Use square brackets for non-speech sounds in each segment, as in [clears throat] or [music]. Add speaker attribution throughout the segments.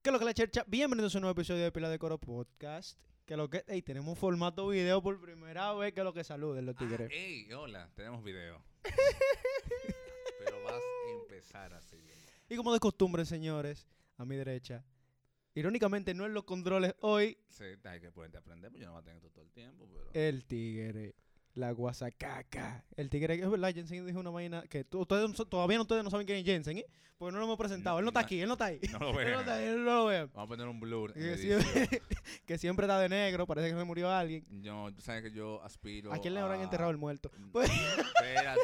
Speaker 1: ¿Qué es lo que la chercha? Bienvenidos a un nuevo episodio de Pila de Coro Podcast. Que lo que. Ey, tenemos un formato video por primera vez. Que lo que saluden los
Speaker 2: [laughs]
Speaker 1: tigres.
Speaker 2: Ah, Ey, hola, tenemos video. Pero vas a empezar así.
Speaker 1: Y como de costumbre, señores, a mi derecha. Irónicamente, no en los controles hoy.
Speaker 2: Sí, hay que ponerte a aprender, pues yo no voy a tener esto todo el tiempo, pero...
Speaker 1: El tigre. La guasacaca. El tigre. Es verdad, Jensen dijo una vaina que tú- ustedes no so- todavía no, ustedes no saben quién es Jensen, ¿eh? Porque no lo hemos presentado. él no está
Speaker 2: No.
Speaker 1: aquí, él no está ahí.
Speaker 2: No lo
Speaker 1: [laughs] él no
Speaker 2: vean.
Speaker 1: está ahí, él no lo vean.
Speaker 2: Vamos a poner un blur. en
Speaker 1: Que
Speaker 2: edición.
Speaker 1: siempre, [laughs] que siempre está de negro, parece que se murió alguien.
Speaker 2: Yo, tú sabes que yo ah. aspiro Mm,
Speaker 1: ¿A quién le habrán enterrado el muerto? Pues-
Speaker 2: Espérate,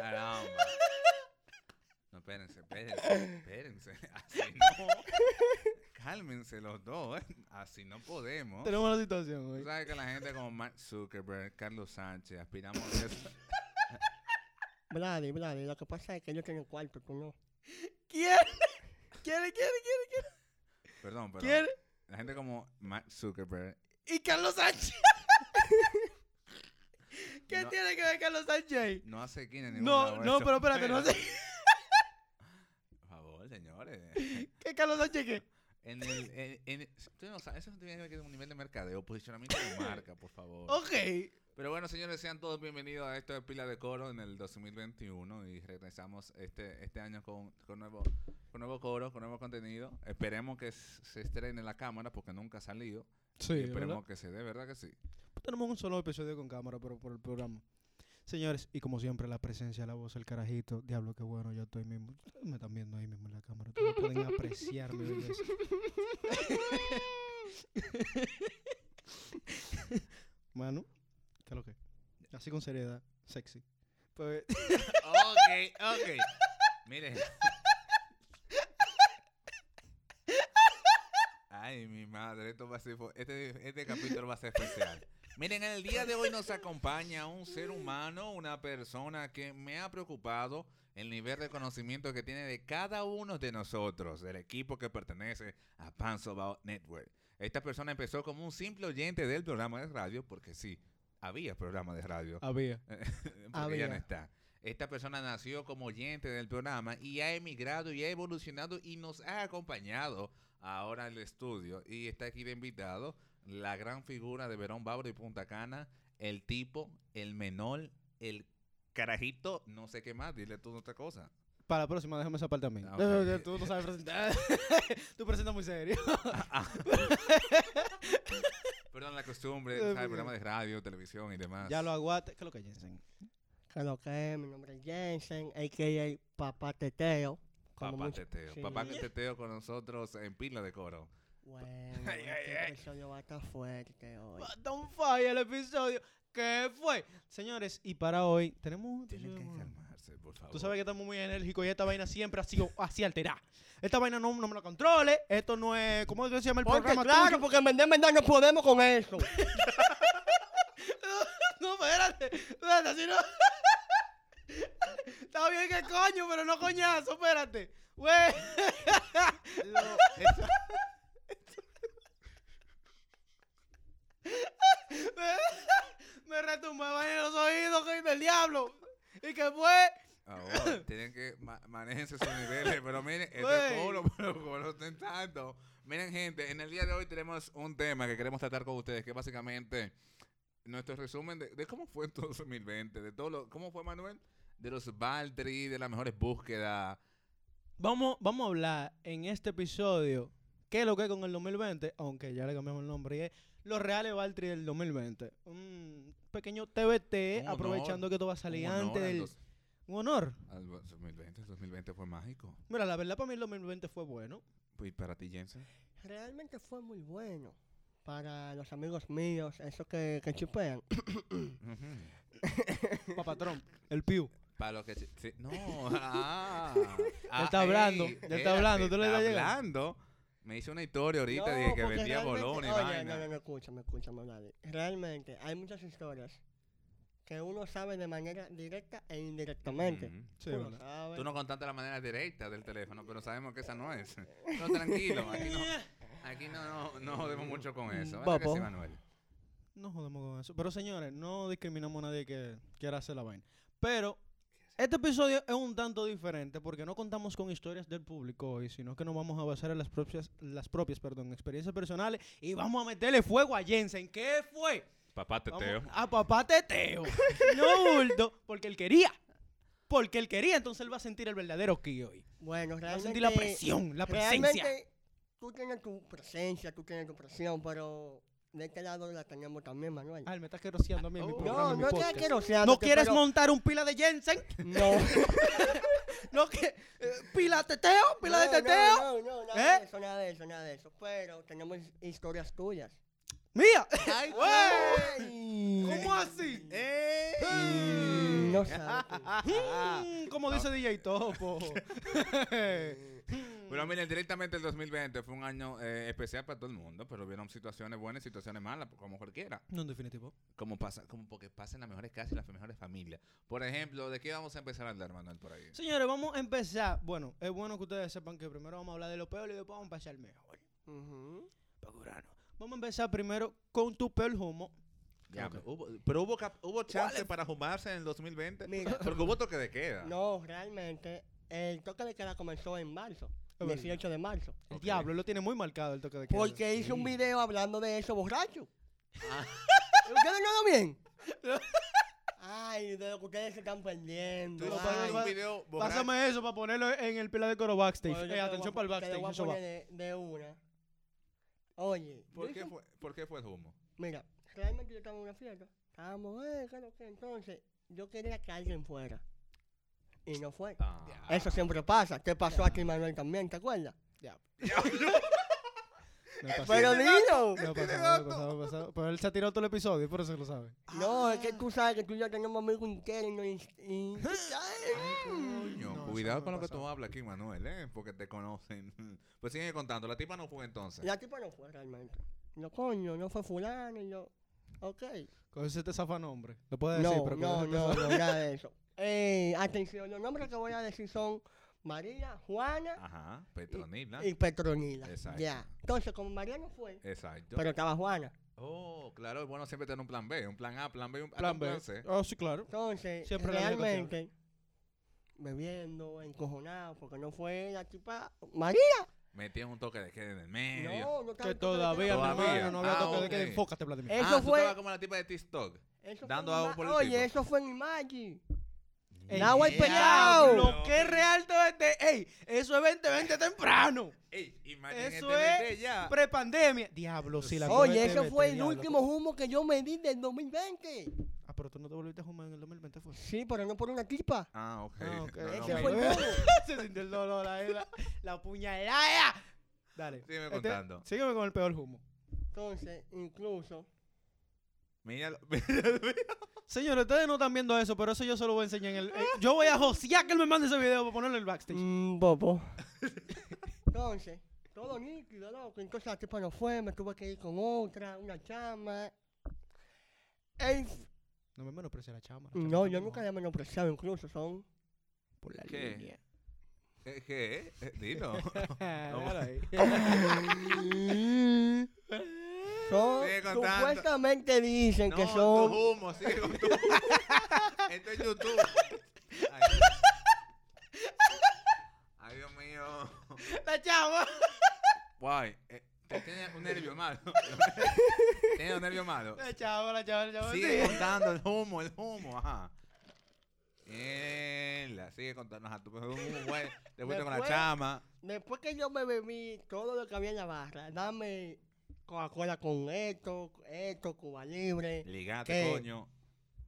Speaker 2: caramba. No, espérense, espérense, espérense. Así no. Cálmense los dos, ¿eh? Así no podemos.
Speaker 1: Tenemos la situación hoy.
Speaker 2: Tú sabes que la gente como Mark Zuckerberg, Carlos Sánchez, aspiramos a eso.
Speaker 3: Vladi, Vladi, lo que pasa es que yo tengo cuarto, tú no.
Speaker 1: ¿Quién? ¿Quién? ¿Quién? ¿Quién?
Speaker 2: Perdón, perdón.
Speaker 1: ¿Quién?
Speaker 2: La gente como Mark Zuckerberg
Speaker 1: ¿Y Carlos Sánchez? [laughs] ¿Qué
Speaker 2: No.
Speaker 1: tiene que ver Carlos Sánchez? ahí?
Speaker 2: no hace esquina en ningún
Speaker 1: No,
Speaker 2: lado de
Speaker 1: no,
Speaker 2: eso.
Speaker 1: pero espérate, no sé. [laughs]
Speaker 2: Por favor, señores.
Speaker 1: ¿Qué Carlos Sánchez qué?
Speaker 2: En el, en, en- usted no sabe, eso no tiene que ver con un nivel de mercadeo, posicionamiento de marca, por favor.
Speaker 1: Ok.
Speaker 2: Pero bueno, señores, sean todos bienvenidos a esto de Pila de Coro en el 2021 y regresamos este, este año con, con, nuevo, con nuevo coro, con nuevo contenido. Esperemos que s- se estrene la cámara porque nunca ha salido.
Speaker 1: Sí,
Speaker 2: Y esperemos que se dé, ¿verdad que sí?
Speaker 1: Tenemos un solo episodio con cámara pero por el programa. Señores, y como siempre, la presencia, la voz, el carajito. Diablo, qué bueno, yo estoy mismo. Ustedes me están viendo ahí mismo en la cámara. Ustedes pueden apreciar mi belleza. [laughs] Manu, ¿qué es lo que? Así con seriedad, sexy. Pues,
Speaker 2: ok, ok. Mire. Ay, mi madre, esto va a ser, fo- este, este capítulo va a ser especial. Miren, en el día de hoy nos acompaña un ser humano, una persona que me ha preocupado el nivel de conocimiento que tiene de cada uno de nosotros, del equipo que pertenece a Panzobao Network. Esta persona empezó como un simple oyente del programa de radio, porque sí, había programa de radio.
Speaker 1: había.
Speaker 2: [laughs] Porque ya no
Speaker 1: Había.
Speaker 2: está. Esta persona nació como oyente del programa y ha emigrado y ha evolucionado y nos ha acompañado ahora al estudio. Y está aquí de invitado la gran figura de Verón Bauro y Punta Cana, el tipo, el menor, el carajito, no sé qué más. Dile tú otra cosa.
Speaker 1: Para la próxima, déjame esa parte a mí.
Speaker 2: Ah,
Speaker 1: No,
Speaker 2: ok.
Speaker 1: no, [laughs] Tú no sabes presentar. Tú presentas muy serio.
Speaker 2: Perdón la
Speaker 1: [laughs]
Speaker 2: costumbre,
Speaker 1: Eh,
Speaker 2: ¿sabes?
Speaker 1: muy bien.
Speaker 2: Programa de radio, televisión y demás.
Speaker 1: Ya lo aguate. ¿Qué es lo que Jensen?
Speaker 3: Que lo que es, mi nombre es Jensen, a.k.a. Papá Teteo. como
Speaker 2: Papá
Speaker 3: mucho-
Speaker 2: Teteo.
Speaker 3: sí.
Speaker 2: Papá Teteo con nosotros en pila de coro.
Speaker 3: [laughs] Bueno,
Speaker 2: Ay, ay,
Speaker 3: este
Speaker 2: ay.
Speaker 3: episodio va a estar fuerte hoy.
Speaker 1: Don Fire, el episodio. ¿Qué fue? Señores, y para hoy tenemos un
Speaker 2: Tienen
Speaker 1: episodio
Speaker 2: que
Speaker 1: bueno.
Speaker 2: calmarse, por favor.
Speaker 1: Tú sabes que estamos muy enérgicos y esta vaina siempre ha sido así alterada. Esta vaina no, no me la controle. Esto no es. ¿Cómo es que se llama el
Speaker 3: Porque
Speaker 1: programa?
Speaker 3: claro,
Speaker 1: tuyo? [laughs]
Speaker 3: porque en verdad, en verdad no podemos con eso.
Speaker 1: No, espérate. Espérate, así no. [laughs] Está bien que coño, pero no coñazo, espérate. Güey.
Speaker 2: [laughs] Eso-
Speaker 1: Me retumbaban en los oídos, que del diablo. Y que fue.
Speaker 2: Ahora, tienen que ma manejarse sus niveles. Pero miren, esto
Speaker 1: Wey.
Speaker 2: es coro, pero coro no es tanto. Miren, gente, en el día de hoy tenemos un tema que queremos tratar con ustedes, que es básicamente nuestro resumen de, de cómo fue todo 2020, de todo lo, cómo fue Manuel, de los Valtteri, de las mejores búsquedas.
Speaker 1: Vamos, vamos a hablar en este episodio ¿Qué es lo que es con el 2020? Aunque ya le cambiamos el nombre y es Los Reales Valtteri del 2020. Un pequeño TBT,
Speaker 2: Un honor,
Speaker 1: aprovechando que esto va a salir
Speaker 2: Un honor
Speaker 1: antes
Speaker 2: al
Speaker 1: del...
Speaker 2: dos-
Speaker 1: Un honor.
Speaker 2: al 2020, el 2020 fue mágico. Pues,
Speaker 1: Mira, la verdad para mí el 2020 fue
Speaker 2: [laughs]
Speaker 1: bueno.
Speaker 2: Y para ti, Jensen.
Speaker 3: Realmente fue muy bueno para los amigos míos, esos que, que chupean.
Speaker 1: Papá Trump, el Piu.
Speaker 2: Para los que. se- se-
Speaker 1: [laughs]
Speaker 2: no, ah, ah,
Speaker 1: está hablando,
Speaker 2: ey,
Speaker 1: ya está
Speaker 2: espérate,
Speaker 1: hablando, tú le
Speaker 2: está
Speaker 1: estás llegando.
Speaker 2: hablando. Me hizo una historia ahorita,
Speaker 3: No,
Speaker 2: dije que
Speaker 3: porque
Speaker 2: vendía
Speaker 3: realmente-
Speaker 2: bolón y
Speaker 3: oye,
Speaker 2: vaina.
Speaker 3: No, no, no, escúchame, escúchame, Gaby. Realmente hay muchas historias que uno sabe de manera directa e indirectamente.
Speaker 2: Ujú.
Speaker 1: Sí,
Speaker 3: Uno
Speaker 1: ¿verdad?
Speaker 3: sabe.
Speaker 2: Tú no contaste la manera directa del teléfono, pero sabemos que esa no es. No, tranquilo, aquí no, aquí no, no, no jodemos mucho con eso. ¿Verdad que sí,
Speaker 1: Papo.
Speaker 2: Manuel?
Speaker 1: No jodemos con eso. Pero señores, no discriminamos a nadie que quiera hacer la vaina. Pero este episodio es un tanto diferente porque no contamos con historias del público hoy, sino que nos vamos a basar en las propias, las propias perdón, experiencias personales y vamos a meterle fuego a Jensen. ¿Qué fue?
Speaker 2: Papá
Speaker 1: Vamos
Speaker 2: teteo.
Speaker 1: A papá teteo. no bulto, porque él quería. Porque él quería, entonces él va a sentir el verdadero ki hoy.
Speaker 3: Bueno,
Speaker 1: Va a
Speaker 3: realmente.
Speaker 1: sentir la presión, la presencia.
Speaker 3: Realmente, tú tienes tu presencia, tú tienes tu presión, pero de este lado la tenemos también, Manuel.
Speaker 1: Ah, él me estás queroseando a mí en mi
Speaker 2: Oh.
Speaker 1: programa,
Speaker 3: no,
Speaker 1: en mi
Speaker 3: no te
Speaker 1: podcast.
Speaker 3: quiero ser.
Speaker 1: ¿No quieres montar un pila de Jensen?
Speaker 3: [laughs] No.
Speaker 1: No, que. eh, pila de teteo, pila de
Speaker 3: No, no,
Speaker 1: teteo.
Speaker 3: No, no, nada
Speaker 1: ¿Eh?
Speaker 3: de eso, nada de eso, nada de eso. Pero tenemos historias tuyas.
Speaker 1: Mía.
Speaker 2: [laughs] ¡Ay,
Speaker 1: ¿Cómo así?
Speaker 3: Mm, No sabes. Ah.
Speaker 2: [laughs]
Speaker 1: Mm, Como dice DJ
Speaker 3: [laughs]
Speaker 1: Topo.
Speaker 2: Pero miren, directamente el 2020 fue un año eh, especial para todo el mundo, pero hubieron situaciones buenas y situaciones malas, como cualquiera.
Speaker 1: No, en definitivo.
Speaker 2: Como pasa, como porque pasan las mejores casas y las mejores familias. Por ejemplo, ¿de qué vamos a empezar a hablar, Manuel, por ahí?
Speaker 1: Señores, vamos a empezar. Bueno, es bueno que ustedes sepan que primero vamos a hablar de lo peor y después vamos a empezar mejor.
Speaker 3: Ujú.
Speaker 1: Pacurano. Vamos a empezar primero con tu peor humo.
Speaker 2: Ya,
Speaker 1: Ok.
Speaker 2: pero hubo, pero hubo, cap- hubo chance para jumarse en el 2020.
Speaker 1: [laughs]
Speaker 3: Mira.
Speaker 2: Porque hubo toque de queda.
Speaker 3: No, realmente, el toque de queda comenzó en marzo,
Speaker 1: Es verdad.
Speaker 3: 18 de marzo.
Speaker 1: El
Speaker 2: Ok.
Speaker 1: diablo lo tiene muy marcado el toque de queda.
Speaker 3: Porque hice un
Speaker 2: Sí.
Speaker 3: video hablando de eso borracho.
Speaker 2: Ah.
Speaker 3: ¿Ustedes no lo ven?
Speaker 1: [laughs]
Speaker 3: Ay, de lo que ustedes se están perdiendo.
Speaker 2: Tú
Speaker 1: Lo
Speaker 3: ay.
Speaker 2: hiciste un
Speaker 1: pa-
Speaker 2: video borracho.
Speaker 1: Pásame eso para ponerlo en el pila de coro backstage.
Speaker 3: Bueno, yo
Speaker 1: Eh,
Speaker 3: te lo
Speaker 1: atención
Speaker 3: voy
Speaker 1: para
Speaker 3: a-
Speaker 1: el
Speaker 3: te lo
Speaker 1: backstage.
Speaker 3: voy a
Speaker 1: Eso va.
Speaker 3: poner de, de una. Oye, yo
Speaker 2: ¿Por
Speaker 3: hice
Speaker 2: qué,
Speaker 3: un-
Speaker 2: fue, ¿Por qué fue el humo?
Speaker 3: mira, realmente yo estaba en una fiesta. Estábamos, eh, ¿qué es lo que? Entonces, yo quería que alguien fuera. Y no fue. Eso siempre pasa. Te pasó a ti, Manuel, también, ¿te acuerdas?
Speaker 1: Me pasó.
Speaker 3: Pero dilo.
Speaker 1: Me pasó,
Speaker 3: [laughs]
Speaker 1: me pasó, me pasó. Pero él se ha tirado todo el episodio, por eso que lo sabe.
Speaker 3: No, es que tú sabes que tú y yo tenemos amigos internos y... y-
Speaker 2: Coño,
Speaker 1: No, eso
Speaker 2: cuidado
Speaker 1: no
Speaker 2: con
Speaker 1: me
Speaker 2: lo que
Speaker 1: pasó.
Speaker 2: tú hablas aquí, Manuel, ¿eh? Porque te conocen. [laughs] Pues sigue contando. La tipa no fue entonces.
Speaker 3: La tipa no fue realmente. No, coño, no fue fulano y yo... Ok.
Speaker 1: Con eso te zafan hombre. Lo puedes decir,
Speaker 3: No,
Speaker 1: pero con
Speaker 3: no,
Speaker 1: eso te
Speaker 3: no,
Speaker 1: zafan.
Speaker 2: [laughs]
Speaker 3: no, nada de eso. Eh, atención, los nombres que voy a decir son María, Juana
Speaker 2: Ajá. Petronila.
Speaker 3: y Petronila.
Speaker 2: Exacto.
Speaker 3: Ya. Entonces, como María no fue,
Speaker 2: Exacto.
Speaker 3: pero estaba Juana.
Speaker 2: oh, claro. Bueno, siempre tener un plan B. Un plan A, plan B, un hasta
Speaker 1: Plan
Speaker 2: un
Speaker 1: B.
Speaker 2: C.
Speaker 1: Ah, sí, claro.
Speaker 3: Entonces,
Speaker 1: Siempre la misma
Speaker 3: realmente, bebiendo, encojonado, porque no fue la tipa María.
Speaker 2: Metían un toque de queda en el medio.
Speaker 3: No, no
Speaker 1: Que
Speaker 3: tanto
Speaker 1: todavía, mi
Speaker 2: Todavía.
Speaker 1: hermano, no había
Speaker 2: Ah,
Speaker 1: tocado de
Speaker 2: ok.
Speaker 1: queda. Enfócate, Vladimir.
Speaker 3: Eh,
Speaker 2: Ah,
Speaker 3: Eso
Speaker 2: tú
Speaker 3: fue-
Speaker 2: estabas como la tipa de TikTok.
Speaker 3: Eso fue
Speaker 2: dando
Speaker 3: en
Speaker 2: agua
Speaker 3: Ma-
Speaker 2: por el
Speaker 3: Oye,
Speaker 2: tipo.
Speaker 3: eso fue en Imagi.
Speaker 1: Ey,
Speaker 3: agua al
Speaker 1: ey,
Speaker 3: pelao.
Speaker 1: diablo, ¡Qué real todo este! ¡Ey! Eso es 2020 temprano.
Speaker 2: Ey, imagínate
Speaker 1: Eso es
Speaker 2: ya.
Speaker 1: prepandemia. Diablo, sí, la
Speaker 2: este
Speaker 3: Oye,
Speaker 1: COVID-19,
Speaker 3: eso fue el
Speaker 1: diablo.
Speaker 3: último humo que yo me di del 2020.
Speaker 1: Ah, pero tú no te volviste a fumar en el 2020, fue.
Speaker 3: Sí, pero no por una tipa.
Speaker 2: Ah, ok.
Speaker 1: Ah, ok.
Speaker 2: No, no,
Speaker 3: Ese
Speaker 2: me-
Speaker 3: fue el
Speaker 1: me-
Speaker 3: humo.
Speaker 1: Se sintió el dolor ahí, la, la puñalada. Dale.
Speaker 2: Sígueme
Speaker 1: Este-
Speaker 2: contando.
Speaker 1: sígueme con el peor humo.
Speaker 3: Entonces, incluso,
Speaker 2: [laughs] Míralo, míralo, míralo.
Speaker 1: Señores, ustedes no están viendo eso, pero eso yo se lo voy a enseñar en el. eh, yo voy a josear que él me mande ese video para ponerlo en el backstage.
Speaker 3: Mm, bobo. Entonces, todo nítido, loco. Entonces la tipa no fue, me tuve que ir con otra, una chama. El f-
Speaker 1: No me menosprecia la chama. la chama
Speaker 3: no,
Speaker 1: está
Speaker 3: yo
Speaker 1: muy
Speaker 3: nunca
Speaker 1: mojada.
Speaker 3: la he menospreciado, incluso son.
Speaker 1: Por la
Speaker 2: ¿Qué?
Speaker 1: línea.
Speaker 2: Eh, ¿Qué? Eh,
Speaker 1: [laughs]
Speaker 2: Dilo.
Speaker 1: Déjalo ahí.
Speaker 3: son
Speaker 2: Sigue contando.
Speaker 3: supuestamente dicen que
Speaker 2: No,
Speaker 3: son.
Speaker 2: tu humo, sí,
Speaker 1: [laughs]
Speaker 2: con tu humo. Esto es YouTube. Ay, Ay, Dios mío.
Speaker 1: la chama.
Speaker 2: Guay. eh, te tiene un nervio malo. [laughs] Tiene un nervio
Speaker 1: [laughs]
Speaker 2: malo.
Speaker 1: La chama, la chama, la chama.
Speaker 2: Sigue
Speaker 1: sí.
Speaker 2: contando el humo, el humo, ajá. Eh, mierda. Sigue contándonos a tu un buen. Te fuiste con la
Speaker 3: Después-
Speaker 2: chama.
Speaker 3: Después que yo me bebí todo lo que había en la barra, dame Coca-Cola con esto, esto, Cuba Libre.
Speaker 2: Ligate,
Speaker 3: ¿Qué?
Speaker 2: coño.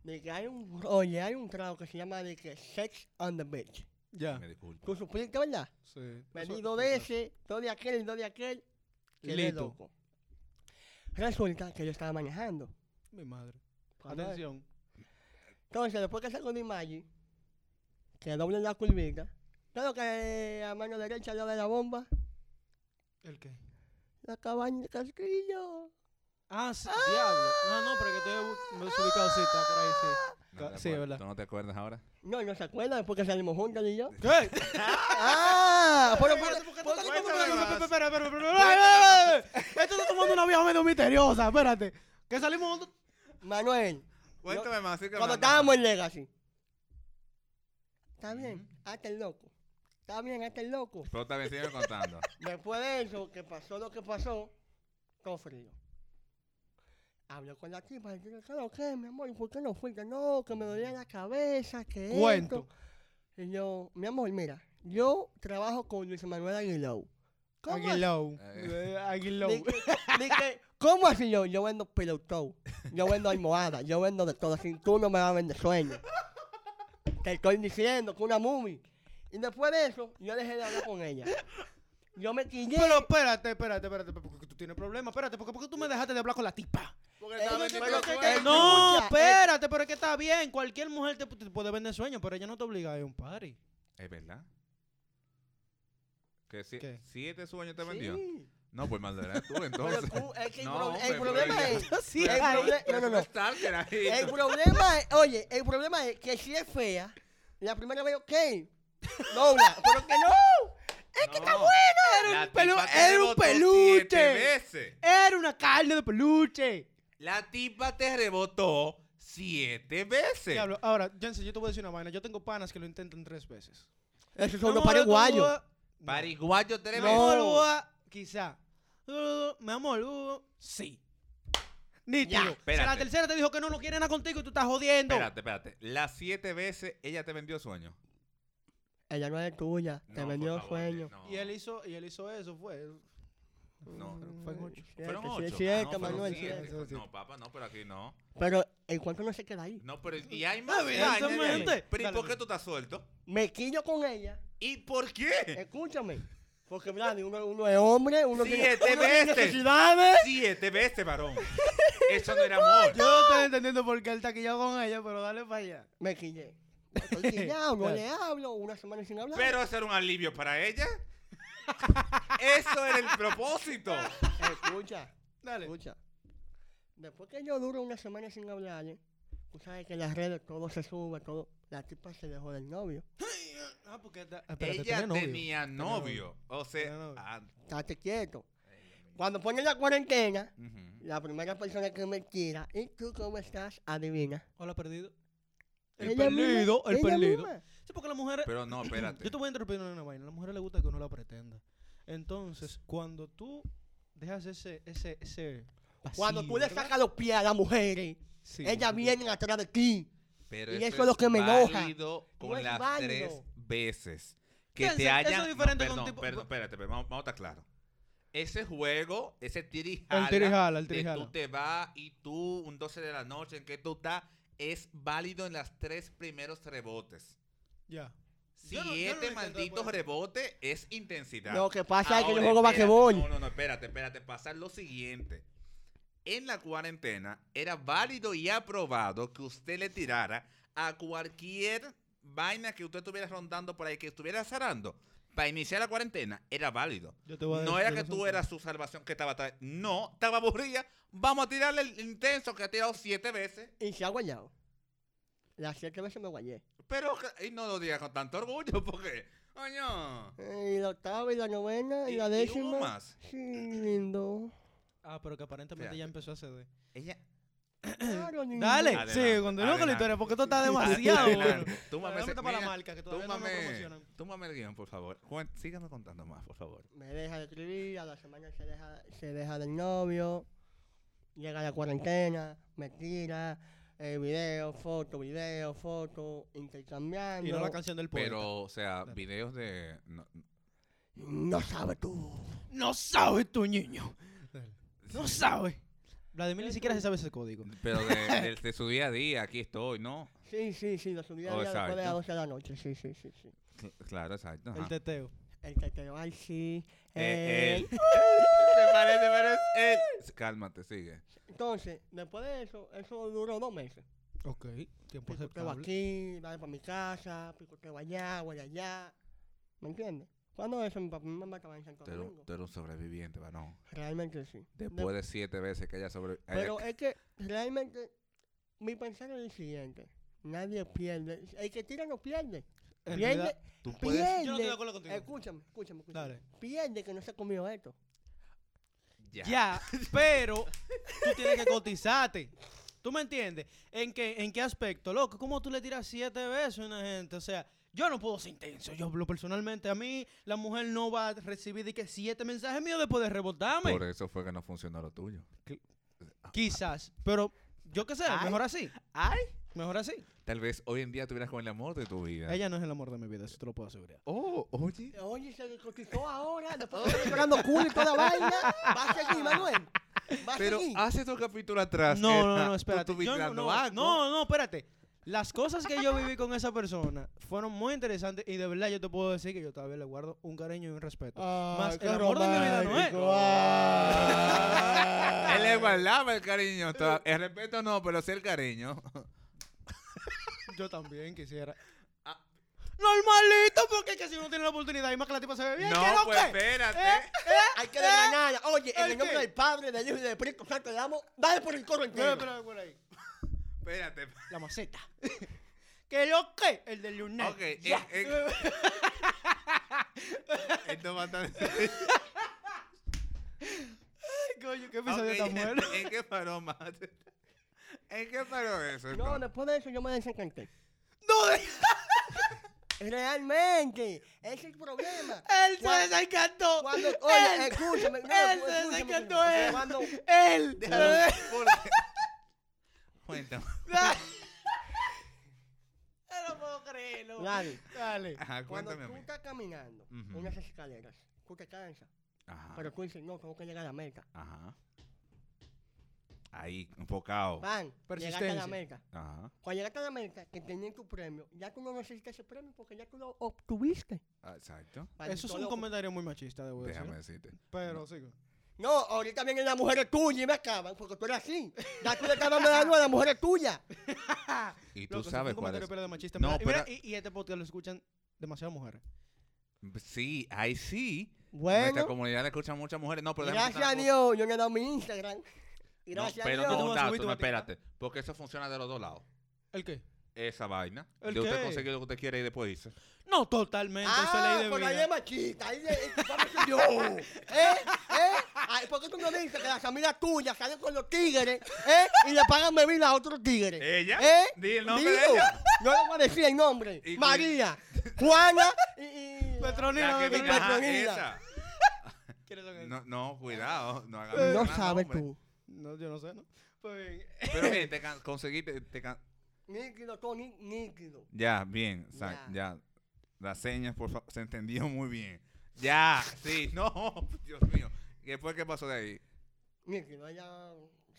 Speaker 3: De que hay un, oye, hay un trago que se llama de que Sex on the Beach.
Speaker 1: Ya.
Speaker 2: Me disculpo.
Speaker 3: ¿Tú supiste, verdad?
Speaker 1: Sí.
Speaker 3: Vení
Speaker 1: Eso-
Speaker 3: dos de este. ese, dos de aquel, dos de aquel. Quedé
Speaker 1: Lito.
Speaker 3: loco. Resulta que yo estaba manejando.
Speaker 1: Mi madre.
Speaker 3: Cuando-
Speaker 1: Atención.
Speaker 3: Entonces, después que salgo de Imagi, que doble la curvita, claro que a mano derecha le da la bomba,
Speaker 1: ¿El qué?
Speaker 3: la cabaña de casquillo.
Speaker 1: Ah, sí, diablo. No, no, pero que estoy bu- desubicado, sí, está por ahí, sí.
Speaker 2: No te
Speaker 1: Sí,
Speaker 2: acuerdas.
Speaker 1: ¿verdad?
Speaker 2: ¿Tú no te acuerdas ahora?
Speaker 3: No, no se acuerdan después que salimos juntos
Speaker 1: [laughs]
Speaker 3: y yo.
Speaker 1: ¿Qué?
Speaker 3: ¡Ah! Pero, pero,
Speaker 1: Espera,
Speaker 3: pero-
Speaker 1: espera, espera, espera, espera, espera. Esto está tomando una vieja medio misteriosa, espérate. Que salimos juntos.
Speaker 3: Manuel,
Speaker 2: Cuéntame más. sí que
Speaker 3: cuando
Speaker 2: me-
Speaker 3: estábamos en Legacy. Está bien, hasta el loco. Está bien, hasta el loco.
Speaker 2: Pero está bien, sigue contando.
Speaker 3: Después de eso, que pasó lo que pasó, todo frío. Habló con la tipa, y yo, claro, ¿qué, mi amor? ¿Y ¿Por qué no fuiste? No, que me dolía la cabeza, que
Speaker 1: Cuento.
Speaker 3: esto. Y yo, mi amor, mira, yo trabajo con Luis Manuel Aguiló. ¿Cómo
Speaker 1: Aguiló.
Speaker 2: Eh.
Speaker 1: Eh, Aguiló.
Speaker 3: así? Ni que- ni que, ¿Cómo así yo? Yo vendo pelotón, yo vendo almohadas, yo vendo de todo, así tú no me vas a vender sueño. Te estoy diciendo que una mumi. Y después de eso, yo dejé de hablar con ella. Yo me quillé.
Speaker 1: Pero espérate, espérate, espérate, porque tú tienes problemas. Espérate, porque, porque tú me dejaste de hablar con la tipa.
Speaker 2: Porque
Speaker 3: Eh,
Speaker 2: estaba
Speaker 3: pero
Speaker 2: vendiendo
Speaker 3: que-
Speaker 2: sueño.
Speaker 1: No,
Speaker 3: Escucha,
Speaker 1: espérate, pero es que está bien. Cualquier mujer te, te puede vender sueños, pero ella no te obliga a ir a un party.
Speaker 2: ¿Es verdad? ¿Que si,
Speaker 1: ¿Qué?
Speaker 2: siete sueños te
Speaker 3: Sí.
Speaker 2: vendió? No, pues mal eres tú, entonces.
Speaker 3: Pero
Speaker 2: [laughs]
Speaker 3: cu- es que el,
Speaker 2: No,
Speaker 3: pro- el
Speaker 2: hombre, pero
Speaker 3: problema
Speaker 2: ya-
Speaker 3: es.
Speaker 1: [laughs] Sí,
Speaker 3: el
Speaker 1: ay,
Speaker 3: proble-
Speaker 2: pero
Speaker 3: no,
Speaker 2: eso
Speaker 3: no, no.
Speaker 2: Stalker ahí.
Speaker 3: El problema es. Oye, el problema es que si es fea, la primera vez, ok. Dobla, pero que no.
Speaker 2: es que está bueno.
Speaker 1: Era un, pelu- era un peluche. Era una carne de peluche.
Speaker 2: La tipa te rebotó siete veces.
Speaker 1: Diablo, ahora, Jensen, yo te voy a decir una vaina. Yo tengo panas que lo intentan tres veces.
Speaker 3: Esos son
Speaker 1: No,
Speaker 3: los
Speaker 1: yo te voy a-
Speaker 3: paraguayos.
Speaker 1: No.
Speaker 2: Pariguayo tres
Speaker 1: No,
Speaker 2: veces.
Speaker 1: lo voy a- quizá. Uh, mi amor, uh, sí. Nítido. O sea, la
Speaker 2: espérate.
Speaker 1: tercera te dijo que no, no quiere nada contigo y tú estás jodiendo.
Speaker 2: Espérate, espérate. Las siete veces ella te vendió sueño.
Speaker 3: Ella no es tuya, te
Speaker 2: No,
Speaker 3: vendió
Speaker 2: por favor,
Speaker 3: sueño.
Speaker 2: no.
Speaker 1: Y él hizo, y él hizo eso, fue.
Speaker 2: No.
Speaker 1: Fue en ocho.
Speaker 3: Siete,
Speaker 2: Fueron
Speaker 3: Mm. sí,
Speaker 2: ocho.
Speaker 3: es cierto,
Speaker 2: Ah, no, fueron
Speaker 3: Manuel,
Speaker 2: siete.
Speaker 3: siete.
Speaker 1: siete.
Speaker 2: No, papá, no, pero aquí no.
Speaker 3: Pero el cuento no se queda ahí.
Speaker 2: No, pero y hay más.
Speaker 1: bien,
Speaker 2: daño,
Speaker 1: entonces,
Speaker 2: ya.
Speaker 1: gente.
Speaker 2: Pero ¿y
Speaker 1: Dale,
Speaker 2: por qué
Speaker 1: dale.
Speaker 2: tú estás suelto?
Speaker 3: Me quillo
Speaker 2: [laughs]
Speaker 3: con ella,
Speaker 2: ¿Y por qué?
Speaker 3: escúchame. Porque, Vladi, uno, uno es hombre, uno tiene,
Speaker 2: Siete
Speaker 3: uno tiene
Speaker 2: veces.
Speaker 3: necesidades.
Speaker 2: Siete veces, varón. Eso no era amor.
Speaker 1: Yo no estoy entendiendo por qué él está quillado con ella, pero dale para allá.
Speaker 3: Me quillé. Estoy quillado,
Speaker 2: [laughs]
Speaker 3: no le hablo, una semana sin hablar.
Speaker 2: Pero eso era un alivio para ella. Eso era el propósito.
Speaker 3: Ah, Escucha.
Speaker 1: Dale.
Speaker 3: Escucha. Después que yo duro una semana sin hablarle, tú sabes que en las redes todo se sube, todo. La tipa se dejó del novio.
Speaker 1: Ah, porque
Speaker 2: ella tenía novio. O sea,
Speaker 1: Tenía novio.
Speaker 2: ah,
Speaker 3: Estate quieto. Cuando ponen la cuarentena,
Speaker 2: ujú.
Speaker 3: la primera persona que me tira, ¿y tú cómo estás? Adivina.
Speaker 1: Hola, perdido. El
Speaker 3: Ella misma,
Speaker 1: perdido, el
Speaker 3: ella
Speaker 1: perdido.
Speaker 3: misma.
Speaker 1: Sí, porque la mujer.
Speaker 2: pero no, espérate.
Speaker 1: Yo te voy a interrumpir en una vaina. A la mujer le gusta que uno la pretenda. Entonces, cuando tú dejas ese. ese, ese
Speaker 3: Cuando
Speaker 1: vacío,
Speaker 3: tú le
Speaker 1: ¿verdad?
Speaker 3: sacas los pies a las mujeres,
Speaker 1: Sí,
Speaker 3: ellas
Speaker 1: sí.
Speaker 3: vienen atrás de ti.
Speaker 2: Pero
Speaker 3: y eso es lo que me enoja.
Speaker 2: válido
Speaker 3: No
Speaker 2: Con
Speaker 3: es
Speaker 2: las
Speaker 3: válido.
Speaker 2: tres veces que
Speaker 1: Piensa,
Speaker 2: te
Speaker 1: eso
Speaker 2: hayan.
Speaker 1: es diferente
Speaker 2: no,
Speaker 1: con
Speaker 2: perdón,
Speaker 1: tipo-
Speaker 2: perdón, espérate, pero vamos, vamos a estar claros. Ese juego, ese tirijala.
Speaker 1: El tirijala, el
Speaker 2: de
Speaker 1: tirijala.
Speaker 2: Tú te vas y tú, un 12 de la noche en que tú estás, es válido en las tres primeros rebotes.
Speaker 1: Ya. Yo
Speaker 2: Siete
Speaker 1: no- yo no lo entiendo
Speaker 2: malditos
Speaker 1: después.
Speaker 2: rebotes es intensidad.
Speaker 3: Lo que pasa es Ah, que yo
Speaker 2: Ahora,
Speaker 3: juego
Speaker 2: espérate,
Speaker 3: basquetbol.
Speaker 2: No, no, no, espérate, espérate. Pasa lo siguiente. En la cuarentena era válido y aprobado que usted le tirara a cualquier vaina que usted estuviera rondando por ahí, que estuviera zarando. Para iniciar la cuarentena era válido.
Speaker 1: Yo te voy a
Speaker 2: No
Speaker 1: decir-
Speaker 2: era
Speaker 1: yo
Speaker 2: que
Speaker 1: no
Speaker 2: tú
Speaker 1: sé.
Speaker 2: eras su salvación que estaba atrás. No, estaba aburrida. Vamos a tirarle el intenso que ha tirado siete veces.
Speaker 3: Y se ha guayado. Las siete veces me guayé.
Speaker 2: Pero que- y no lo digas con tanto orgullo porque, coño.
Speaker 3: Eh, Y la octava, y la novena, y,
Speaker 2: ¿Y-
Speaker 3: la
Speaker 2: y hubo
Speaker 3: décima.
Speaker 2: más?
Speaker 3: Sí, lindo.
Speaker 1: Ah, pero que aparentemente
Speaker 2: Espérate.
Speaker 1: ya empezó a ceder.
Speaker 2: Ella
Speaker 3: Claro, lindo.
Speaker 1: Dale,
Speaker 2: Adelante,
Speaker 1: sí, continúa con la
Speaker 2: [laughs] adelante.
Speaker 1: historia porque esto está demasiado bueno.
Speaker 2: Adelante. pues, Túmame,
Speaker 1: Adelante
Speaker 2: ese-
Speaker 1: para la
Speaker 2: mira,
Speaker 1: marca, que todavía no lo
Speaker 2: túmame-
Speaker 1: promocionan.
Speaker 2: túmame el guión, por favor. Juan, sígame contando más, por favor.
Speaker 3: Me deja de escribir, a la semana se deja, se deja del novio, llega la cuarentena, me tira, eh, video, foto, video, foto, intercambiando.
Speaker 1: Y no la canción del poeta.
Speaker 2: Pero, o sea, videos de. no-
Speaker 3: No sabes tú.
Speaker 1: No sabes tu niño. No sabes. Vladimir ni siquiera se sabe ese código.
Speaker 2: pero
Speaker 1: [laughs]
Speaker 2: de, de- de su día a día, aquí estoy, ¿no?
Speaker 3: Sí, sí, sí, lo subí a
Speaker 2: Oh,
Speaker 3: después de las
Speaker 2: exacto.
Speaker 3: 12 de la noche. Sí, sí, sí, sí.
Speaker 2: Cl- Claro, exacto.
Speaker 1: El
Speaker 2: ajá.
Speaker 1: teteo.
Speaker 3: El que te va sí.
Speaker 2: Eh, [laughs]
Speaker 3: eh,
Speaker 2: él. Me parece, me parece. él. Cálmate, sigue.
Speaker 3: Entonces, después de eso, eso duró dos meses.
Speaker 1: Ok. Tiempo
Speaker 3: Picoteo
Speaker 1: aceptable.
Speaker 3: aquí, dale para mi casa, picoteo allá, voy allá. ¿Me entiendes? Cuando eso, mi papá y mi mamá estaban en Santo
Speaker 2: Tú eres, un-
Speaker 3: Domingo.
Speaker 2: tú eres un sobreviviente, varón.
Speaker 3: Realmente sí. De-
Speaker 2: Después de siete veces que ella sobrevivió.
Speaker 3: Pero
Speaker 1: eh,
Speaker 3: es que realmente mi pensar es el siguiente. Nadie pierde. El que tira no pierde.
Speaker 1: En
Speaker 3: Pierde.
Speaker 1: realidad-
Speaker 2: Tú puedes.
Speaker 3: Pierde.
Speaker 1: pues, Yo no estoy de acuerdo contigo.
Speaker 3: Escúchame, escúchame, escúchame.
Speaker 1: Dale.
Speaker 3: Pierde que no se ha comido esto.
Speaker 2: Ya.
Speaker 1: [laughs] Ya, pero tú tienes que cotizarte. ¿Tú me entiendes? ¿En qué, ¿En qué aspecto? Loco, ¿cómo tú le tiras siete veces a una gente? O sea, yo no puedo ser intenso. Yo, lo personalmente, a mí, la mujer no va a recibir de que siete mensajes míos después de rebotarme.
Speaker 2: Por eso fue que no funcionó lo tuyo.
Speaker 1: Quizás, pero yo qué sé,
Speaker 3: Ay.
Speaker 1: mejor así.
Speaker 3: ¡Ay!
Speaker 1: Mejor así.
Speaker 2: Tal vez hoy en día tuvieras con el amor de tu vida.
Speaker 1: Ella no es el amor de mi vida, eso te lo puedo asegurar.
Speaker 2: Oh, oye.
Speaker 3: Oye, se le cotizó ahora, después de llorando culo y toda vaina. Va a seguir, Manuel. Va a
Speaker 2: Pero ah.
Speaker 3: seguir.
Speaker 2: hace dos capítulos atrás.
Speaker 1: No, no,
Speaker 2: era-
Speaker 1: no, espérate.
Speaker 2: Tú estuviste
Speaker 1: Yo no,
Speaker 2: dando
Speaker 1: no,
Speaker 2: asco.
Speaker 1: no, no, espérate. Las cosas que yo viví con esa persona fueron muy interesantes y de verdad yo te puedo decir que yo todavía le guardo un cariño y un respeto.
Speaker 2: Ah,
Speaker 1: Más el amor de mi vida no es. ah.
Speaker 2: [laughs] Él le guardaba el cariño. toda- El respeto no, pero sí el cariño.
Speaker 1: Yo también quisiera. Ah. Normalito, porque es que si uno tiene la oportunidad y más que la tipa se ve bien, ¿qué
Speaker 2: No,
Speaker 1: lo
Speaker 2: pues
Speaker 1: que? Eh.
Speaker 2: espérate.
Speaker 3: Hay que desgranar. Oye, en
Speaker 1: ¿El
Speaker 3: el nombre
Speaker 1: qué?
Speaker 3: del Padre, del Hijo y del Espíritu Santo, le damos. Dale por el coro
Speaker 1: Espera,
Speaker 3: entero.
Speaker 1: espera, por ahí.
Speaker 2: Espérate.
Speaker 1: La maceta. [laughs] ¿Qué lo que? El del lunar.
Speaker 2: Ok. eh,
Speaker 1: Ya.
Speaker 2: eh.
Speaker 1: [laughs]
Speaker 2: Esto va a estar-
Speaker 1: Ay, coño, qué episodio
Speaker 2: Ok, Eh.
Speaker 1: tan
Speaker 2: [laughs]
Speaker 1: bueno.
Speaker 2: ¿En qué paró más? ¿En qué paró eso?
Speaker 3: No,
Speaker 2: entonces?
Speaker 3: después de eso yo me desencanté.
Speaker 1: No, [laughs] de-
Speaker 3: Realmente, ese es el problema.
Speaker 1: él se
Speaker 3: Cuan-
Speaker 1: desencantó. [laughs]
Speaker 3: Cuando,
Speaker 1: Él.
Speaker 3: oye, escúchame, no, pues,
Speaker 1: Él se
Speaker 3: escúchame,
Speaker 1: desencantó,
Speaker 3: escúchame. O sea,
Speaker 1: él.
Speaker 3: cuando-
Speaker 1: Él.
Speaker 2: eh, Déjalo, ¿por qué? Cuéntame.
Speaker 1: no puedo creerlo.
Speaker 3: Dale,
Speaker 1: Dale.
Speaker 2: Ajá,
Speaker 3: cuando
Speaker 2: cuéntame a
Speaker 3: tú
Speaker 2: mí.
Speaker 3: estás caminando en
Speaker 2: Ujú. Ah.
Speaker 3: unas escaleras, tú te cansas,
Speaker 2: Ajá.
Speaker 3: pero tú dices, no, tengo que llegar a la meta.
Speaker 2: Ajá. Ahí, enfocado.
Speaker 3: Van, llegaste a la
Speaker 1: Persistencia.
Speaker 3: meta.
Speaker 2: Ajá.
Speaker 3: Cuando llegaste a la meta, que tenías tu premio, ya tú no necesitas ese premio porque ya tú lo obtuviste.
Speaker 2: Ah, Exacto.
Speaker 3: Maldito
Speaker 1: Eso es un
Speaker 3: loco.
Speaker 1: comentario muy machista, debo decir.
Speaker 2: Déjame decirte.
Speaker 1: Pero sigo.
Speaker 3: No, ahorita vienen las mujeres tuyas y me acaban porque tú eres así. Ya tú le estás dando la luz a las mujeres tuyas.
Speaker 2: Y tú sabes cuál es.
Speaker 1: De machista,
Speaker 2: No,
Speaker 1: no, mira,
Speaker 2: pero-
Speaker 1: y, y este podcast lo escuchan demasiadas mujeres.
Speaker 2: Sí, ahí sí. Nuestra
Speaker 3: Bueno,
Speaker 2: comunidad la escuchan muchas mujeres. No, pero déjame
Speaker 3: gracias a
Speaker 2: contar una
Speaker 3: Dios, yo le he dado mi Instagram.
Speaker 2: cosa. No,
Speaker 3: Gracias a
Speaker 2: pero
Speaker 3: Dios.
Speaker 2: no,
Speaker 1: Yo
Speaker 2: un
Speaker 1: te voy a subir
Speaker 2: dato,
Speaker 1: tu
Speaker 2: no,
Speaker 1: batica.
Speaker 2: espérate. Porque eso funciona de los dos lados.
Speaker 1: ¿El qué?
Speaker 2: Esa vaina.
Speaker 1: ¿El
Speaker 2: De usted
Speaker 1: qué?
Speaker 2: conseguir lo que usted quiere y después dice.
Speaker 1: No, totalmente. eso es
Speaker 3: Ah,
Speaker 1: ley de
Speaker 3: por ahí
Speaker 1: vida.
Speaker 3: es machista, ahí
Speaker 2: [laughs]
Speaker 3: es el culpable soy yo. ¿Eh? ¿Eh? Ay, ¿Por qué tú no dices que las amigas tuyas salen con los tigres ¿eh? y le pagan bebida a otros tigres?
Speaker 2: ¿Ella?
Speaker 3: ¿Eh?
Speaker 2: Di el nombre de
Speaker 3: Dilo.
Speaker 2: ella.
Speaker 3: Yo no voy a decir el nombre.
Speaker 2: Y cu-
Speaker 3: María, Juana y... y-
Speaker 1: Petronila,
Speaker 2: La que
Speaker 3: no,
Speaker 2: viene,
Speaker 3: no,
Speaker 2: ajá,
Speaker 3: no, no,
Speaker 2: esa.
Speaker 3: Ah.
Speaker 1: ¿Quién es lo que-
Speaker 2: No, no, cuidado. No, hagas
Speaker 3: No
Speaker 2: mencionar
Speaker 3: sabes
Speaker 2: nombres.
Speaker 3: tú.
Speaker 1: No, yo no sé, ¿no? Pues bien.
Speaker 2: Pero bien, te can- conseguiste. Te can-
Speaker 3: Níquido, Tony, níquido.
Speaker 2: Ya, bien. o sea, ya. Las señas, por favor. Se entendió muy bien. Ya, sí, [laughs] no. Dios mío. ¿Y después qué pasó de ahí?
Speaker 3: Níquido, ella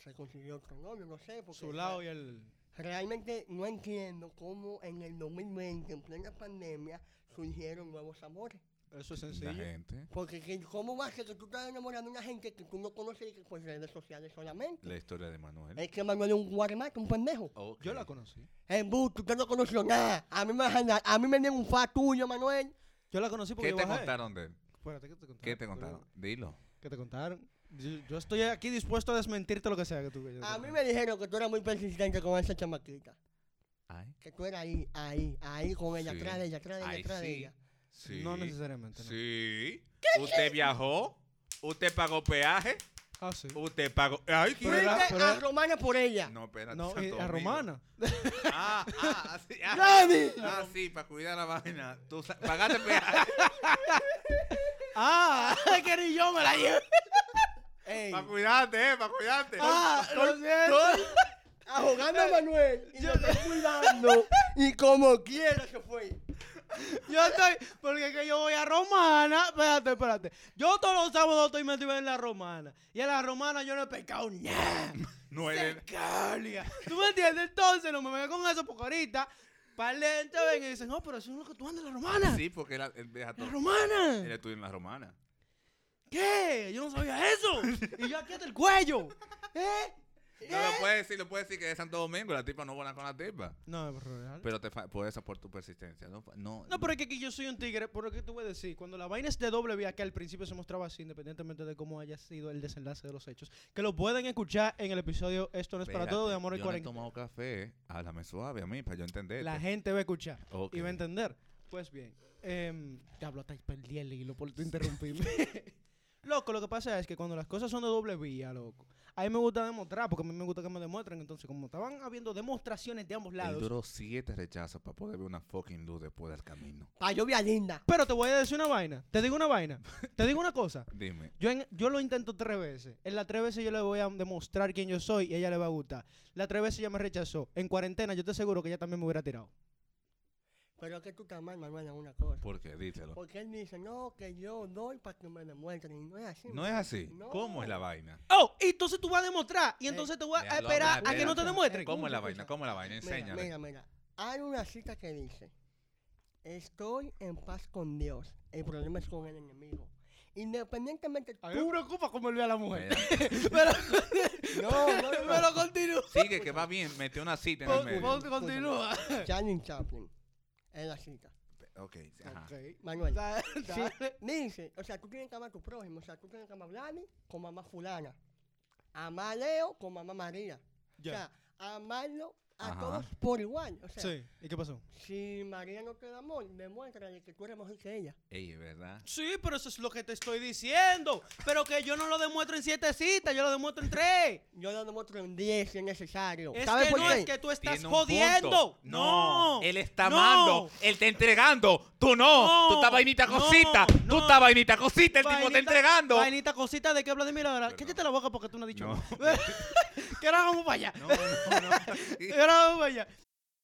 Speaker 3: se consiguió otro novio, no sé. Porque
Speaker 1: Su lado y el.
Speaker 3: Realmente no entiendo cómo en el 2020, en plena pandemia, surgieron nuevos amores.
Speaker 1: Eso es
Speaker 2: La
Speaker 1: sencillo.
Speaker 2: gente.
Speaker 3: Porque que- ¿cómo va a ser que tú estás enamorando a una gente que tú no conoces y que por redes sociales solamente?
Speaker 2: La historia de Manuel.
Speaker 3: Es que Manuel es un guaremato, un pendejo.
Speaker 2: Ok.
Speaker 1: Yo la conocí.
Speaker 3: Embuste, usted no conoció nada. A mí me, jala- a mí me dieron un fa tuyo, Manuel.
Speaker 1: Yo la conocí porque
Speaker 2: ¿Qué
Speaker 1: yo
Speaker 2: te
Speaker 1: bajé.
Speaker 2: contaron de él?
Speaker 1: Espérate, ¿qué te contaron?
Speaker 2: ¿Qué te contaron? Dilo.
Speaker 1: ¿Qué te contaron? Yo, yo estoy aquí dispuesto a desmentirte lo que sea que tú que yo te
Speaker 3: A mí
Speaker 1: contaron.
Speaker 3: me dijeron que tú eras muy persistente con esa chamaquita.
Speaker 2: Ay.
Speaker 3: Que tú eras ahí, ahí, ahí con ella,
Speaker 2: Sí.
Speaker 3: atrás de ella, atrás de ella,
Speaker 2: Ahí
Speaker 3: atrás de
Speaker 2: sí.
Speaker 3: ella.
Speaker 2: Sí.
Speaker 1: No necesariamente. no.
Speaker 2: Sí. Usted viajó. Usted pagó peaje.
Speaker 1: Ah, sí.
Speaker 2: Usted pagó. Ay,
Speaker 3: Tú
Speaker 1: Pero era-
Speaker 3: fuiste
Speaker 1: pero
Speaker 3: a
Speaker 1: era-
Speaker 3: Romana por ella.
Speaker 2: No, espérate.
Speaker 1: No,
Speaker 2: Santo
Speaker 1: eh, a
Speaker 2: Domingo.
Speaker 1: Romana. [laughs]
Speaker 2: Ah, ah, sí. Ah,
Speaker 3: ¡Gladys!
Speaker 2: Ah, sí, para cuidar la vaina. Tú sa- pagaste peaje.
Speaker 1: Ah, [laughs] que yo me la llevo.
Speaker 3: Ey,
Speaker 2: Para cuidarte, eh, para cuidarte.
Speaker 1: Ah, lo siento.
Speaker 3: ahogando a Manuel y yo estoy cuidando y como quiera se fue.
Speaker 1: [laughs] Yo estoy, porque es que yo voy a Romana. Espérate, espérate. Yo todos los sábados estoy metido en la Romana. Y en la Romana yo no he pescado nada.
Speaker 2: No
Speaker 1: Se
Speaker 2: es.
Speaker 1: calia. ¿Tú me entiendes? Entonces no me vengas con eso porque ahorita, para lente ven y dicen, no, pero eso es lo que tú andas en la Romana.
Speaker 2: Sí, porque él, él deja
Speaker 1: La
Speaker 2: todo. Él
Speaker 1: Romana.
Speaker 2: estudia en la romana.
Speaker 1: ¿Qué? Yo no sabía eso. y yo aquí hasta el cuello. ¿Eh?
Speaker 2: No, lo puede decir, lo puede decir que es Santo Domingo. La tipa no buena con la tipa.
Speaker 1: No, es real.
Speaker 2: Pero te fa- por eso, por tu persistencia. No, fa- no,
Speaker 1: No, pero es que aquí yo soy un tigre, por lo que tú voy a decir, cuando la vaina es de doble vía, que al principio se mostraba así, independientemente de cómo haya sido el desenlace de los hechos, que lo pueden escuchar en el episodio Esto no es para
Speaker 2: Espérate,
Speaker 1: todo de Amor y
Speaker 2: yo no he
Speaker 1: Cuarenta.
Speaker 2: tomado café. Háblame suave a mí para yo entender.
Speaker 1: La gente va a escuchar
Speaker 2: este. Ok.
Speaker 1: y va a entender. Pues bien, em, diablo, hasta perdí el hilo por tú interrumpirme. [laughs] loco, lo que pasa es que cuando las cosas son de doble vía, loco, a mí me gusta demostrar, porque a mí me gusta que me demuestren, entonces como estaban habiendo demostraciones de ambos
Speaker 2: Él
Speaker 1: lados,
Speaker 2: duró siete rechazos para poder ver una fucking luz después del camino.
Speaker 3: Pa' yo vi a Linda.
Speaker 1: pero te voy a decir una vaina, te digo una vaina, te digo una cosa.
Speaker 2: Dime.
Speaker 1: Yo, en- yo lo intento tres veces. En las tres veces yo le voy a demostrar quién yo soy y a ella le va a gustar. Las tres veces ella me rechazó. En cuarentena yo te aseguro que ella también me hubiera tirado.
Speaker 3: Pero es que tú estás mal, Manuel, en una cosa.
Speaker 2: ¿Por qué? Díselo.
Speaker 3: Porque él dice, no, que yo doy para que me demuestren. Y no es así.
Speaker 2: No es así.
Speaker 3: No.
Speaker 2: ¿Cómo es la vaina?
Speaker 1: Oh, y entonces tú vas a demostrar y entonces
Speaker 3: entonces
Speaker 1: te voy a
Speaker 2: Ya lo
Speaker 1: esperar a
Speaker 2: hablaste,
Speaker 1: que no te
Speaker 3: ya.
Speaker 1: demuestren.
Speaker 3: ¿Cómo
Speaker 2: ¿Cómo es la
Speaker 3: se
Speaker 2: vaina?
Speaker 3: escucha?
Speaker 2: ¿Cómo es la vaina?
Speaker 3: mira,
Speaker 2: Enséñale.
Speaker 3: mira, mira. Hay una cita que dice, estoy en paz con Dios. El problema es con el enemigo. Independientemente tú...
Speaker 1: preocupa cómo él ve a la
Speaker 2: Mira,
Speaker 1: Pero,
Speaker 3: No, no, no, no.
Speaker 1: pero continúa.
Speaker 2: Sigue que va bien. Metió una cita en el
Speaker 1: Pon- pon-
Speaker 2: medio.
Speaker 1: Continúa.
Speaker 3: Charlie Chaplin. Es la cita.
Speaker 2: Ok. Ajá.
Speaker 3: Manuel.
Speaker 1: Da-
Speaker 3: Sí,
Speaker 1: dale.
Speaker 3: dice, o sea, tú tienes que amar a tu prójimo, o sea, tú tienes que amar a Blani con mamá fulana, amar a Leo con mamá María,
Speaker 1: Ya.
Speaker 3: o sea, amarlo a
Speaker 2: Ajá.
Speaker 3: todos por igual, o sea,
Speaker 1: Sí. ¿Y qué pasó?
Speaker 3: si María no te da amor, demuéstrale que tú eres mejor que ella.
Speaker 2: Ey, es verdad.
Speaker 1: Sí, pero eso es lo que te estoy diciendo. Pero que yo no lo demuestro en siete citas, yo lo demuestro en tres.
Speaker 3: Yo lo demuestro en 10 si es necesario.
Speaker 1: Es
Speaker 3: ¿Sabes
Speaker 1: que
Speaker 3: por
Speaker 1: no
Speaker 3: qué?
Speaker 1: es que tú estás
Speaker 2: Tiene un punto.
Speaker 1: jodiendo.
Speaker 2: No, Él está
Speaker 1: no.
Speaker 2: amando. Él está entregando. Tú no.
Speaker 1: No,
Speaker 2: tú estás vainita
Speaker 1: no,
Speaker 2: cosita.
Speaker 1: no.
Speaker 2: Tú estás vainita cosita. El tipo
Speaker 1: Vainita-
Speaker 2: está entregando.
Speaker 1: Vainita cosita de que habla de mí, la verdad.
Speaker 2: Perdón.
Speaker 1: Cállate la boca porque tú no has dicho
Speaker 2: No.
Speaker 1: nada. [laughs] que ahora vamos para allá.
Speaker 2: No, no, no.
Speaker 1: [laughs] Que ahora vamos para allá.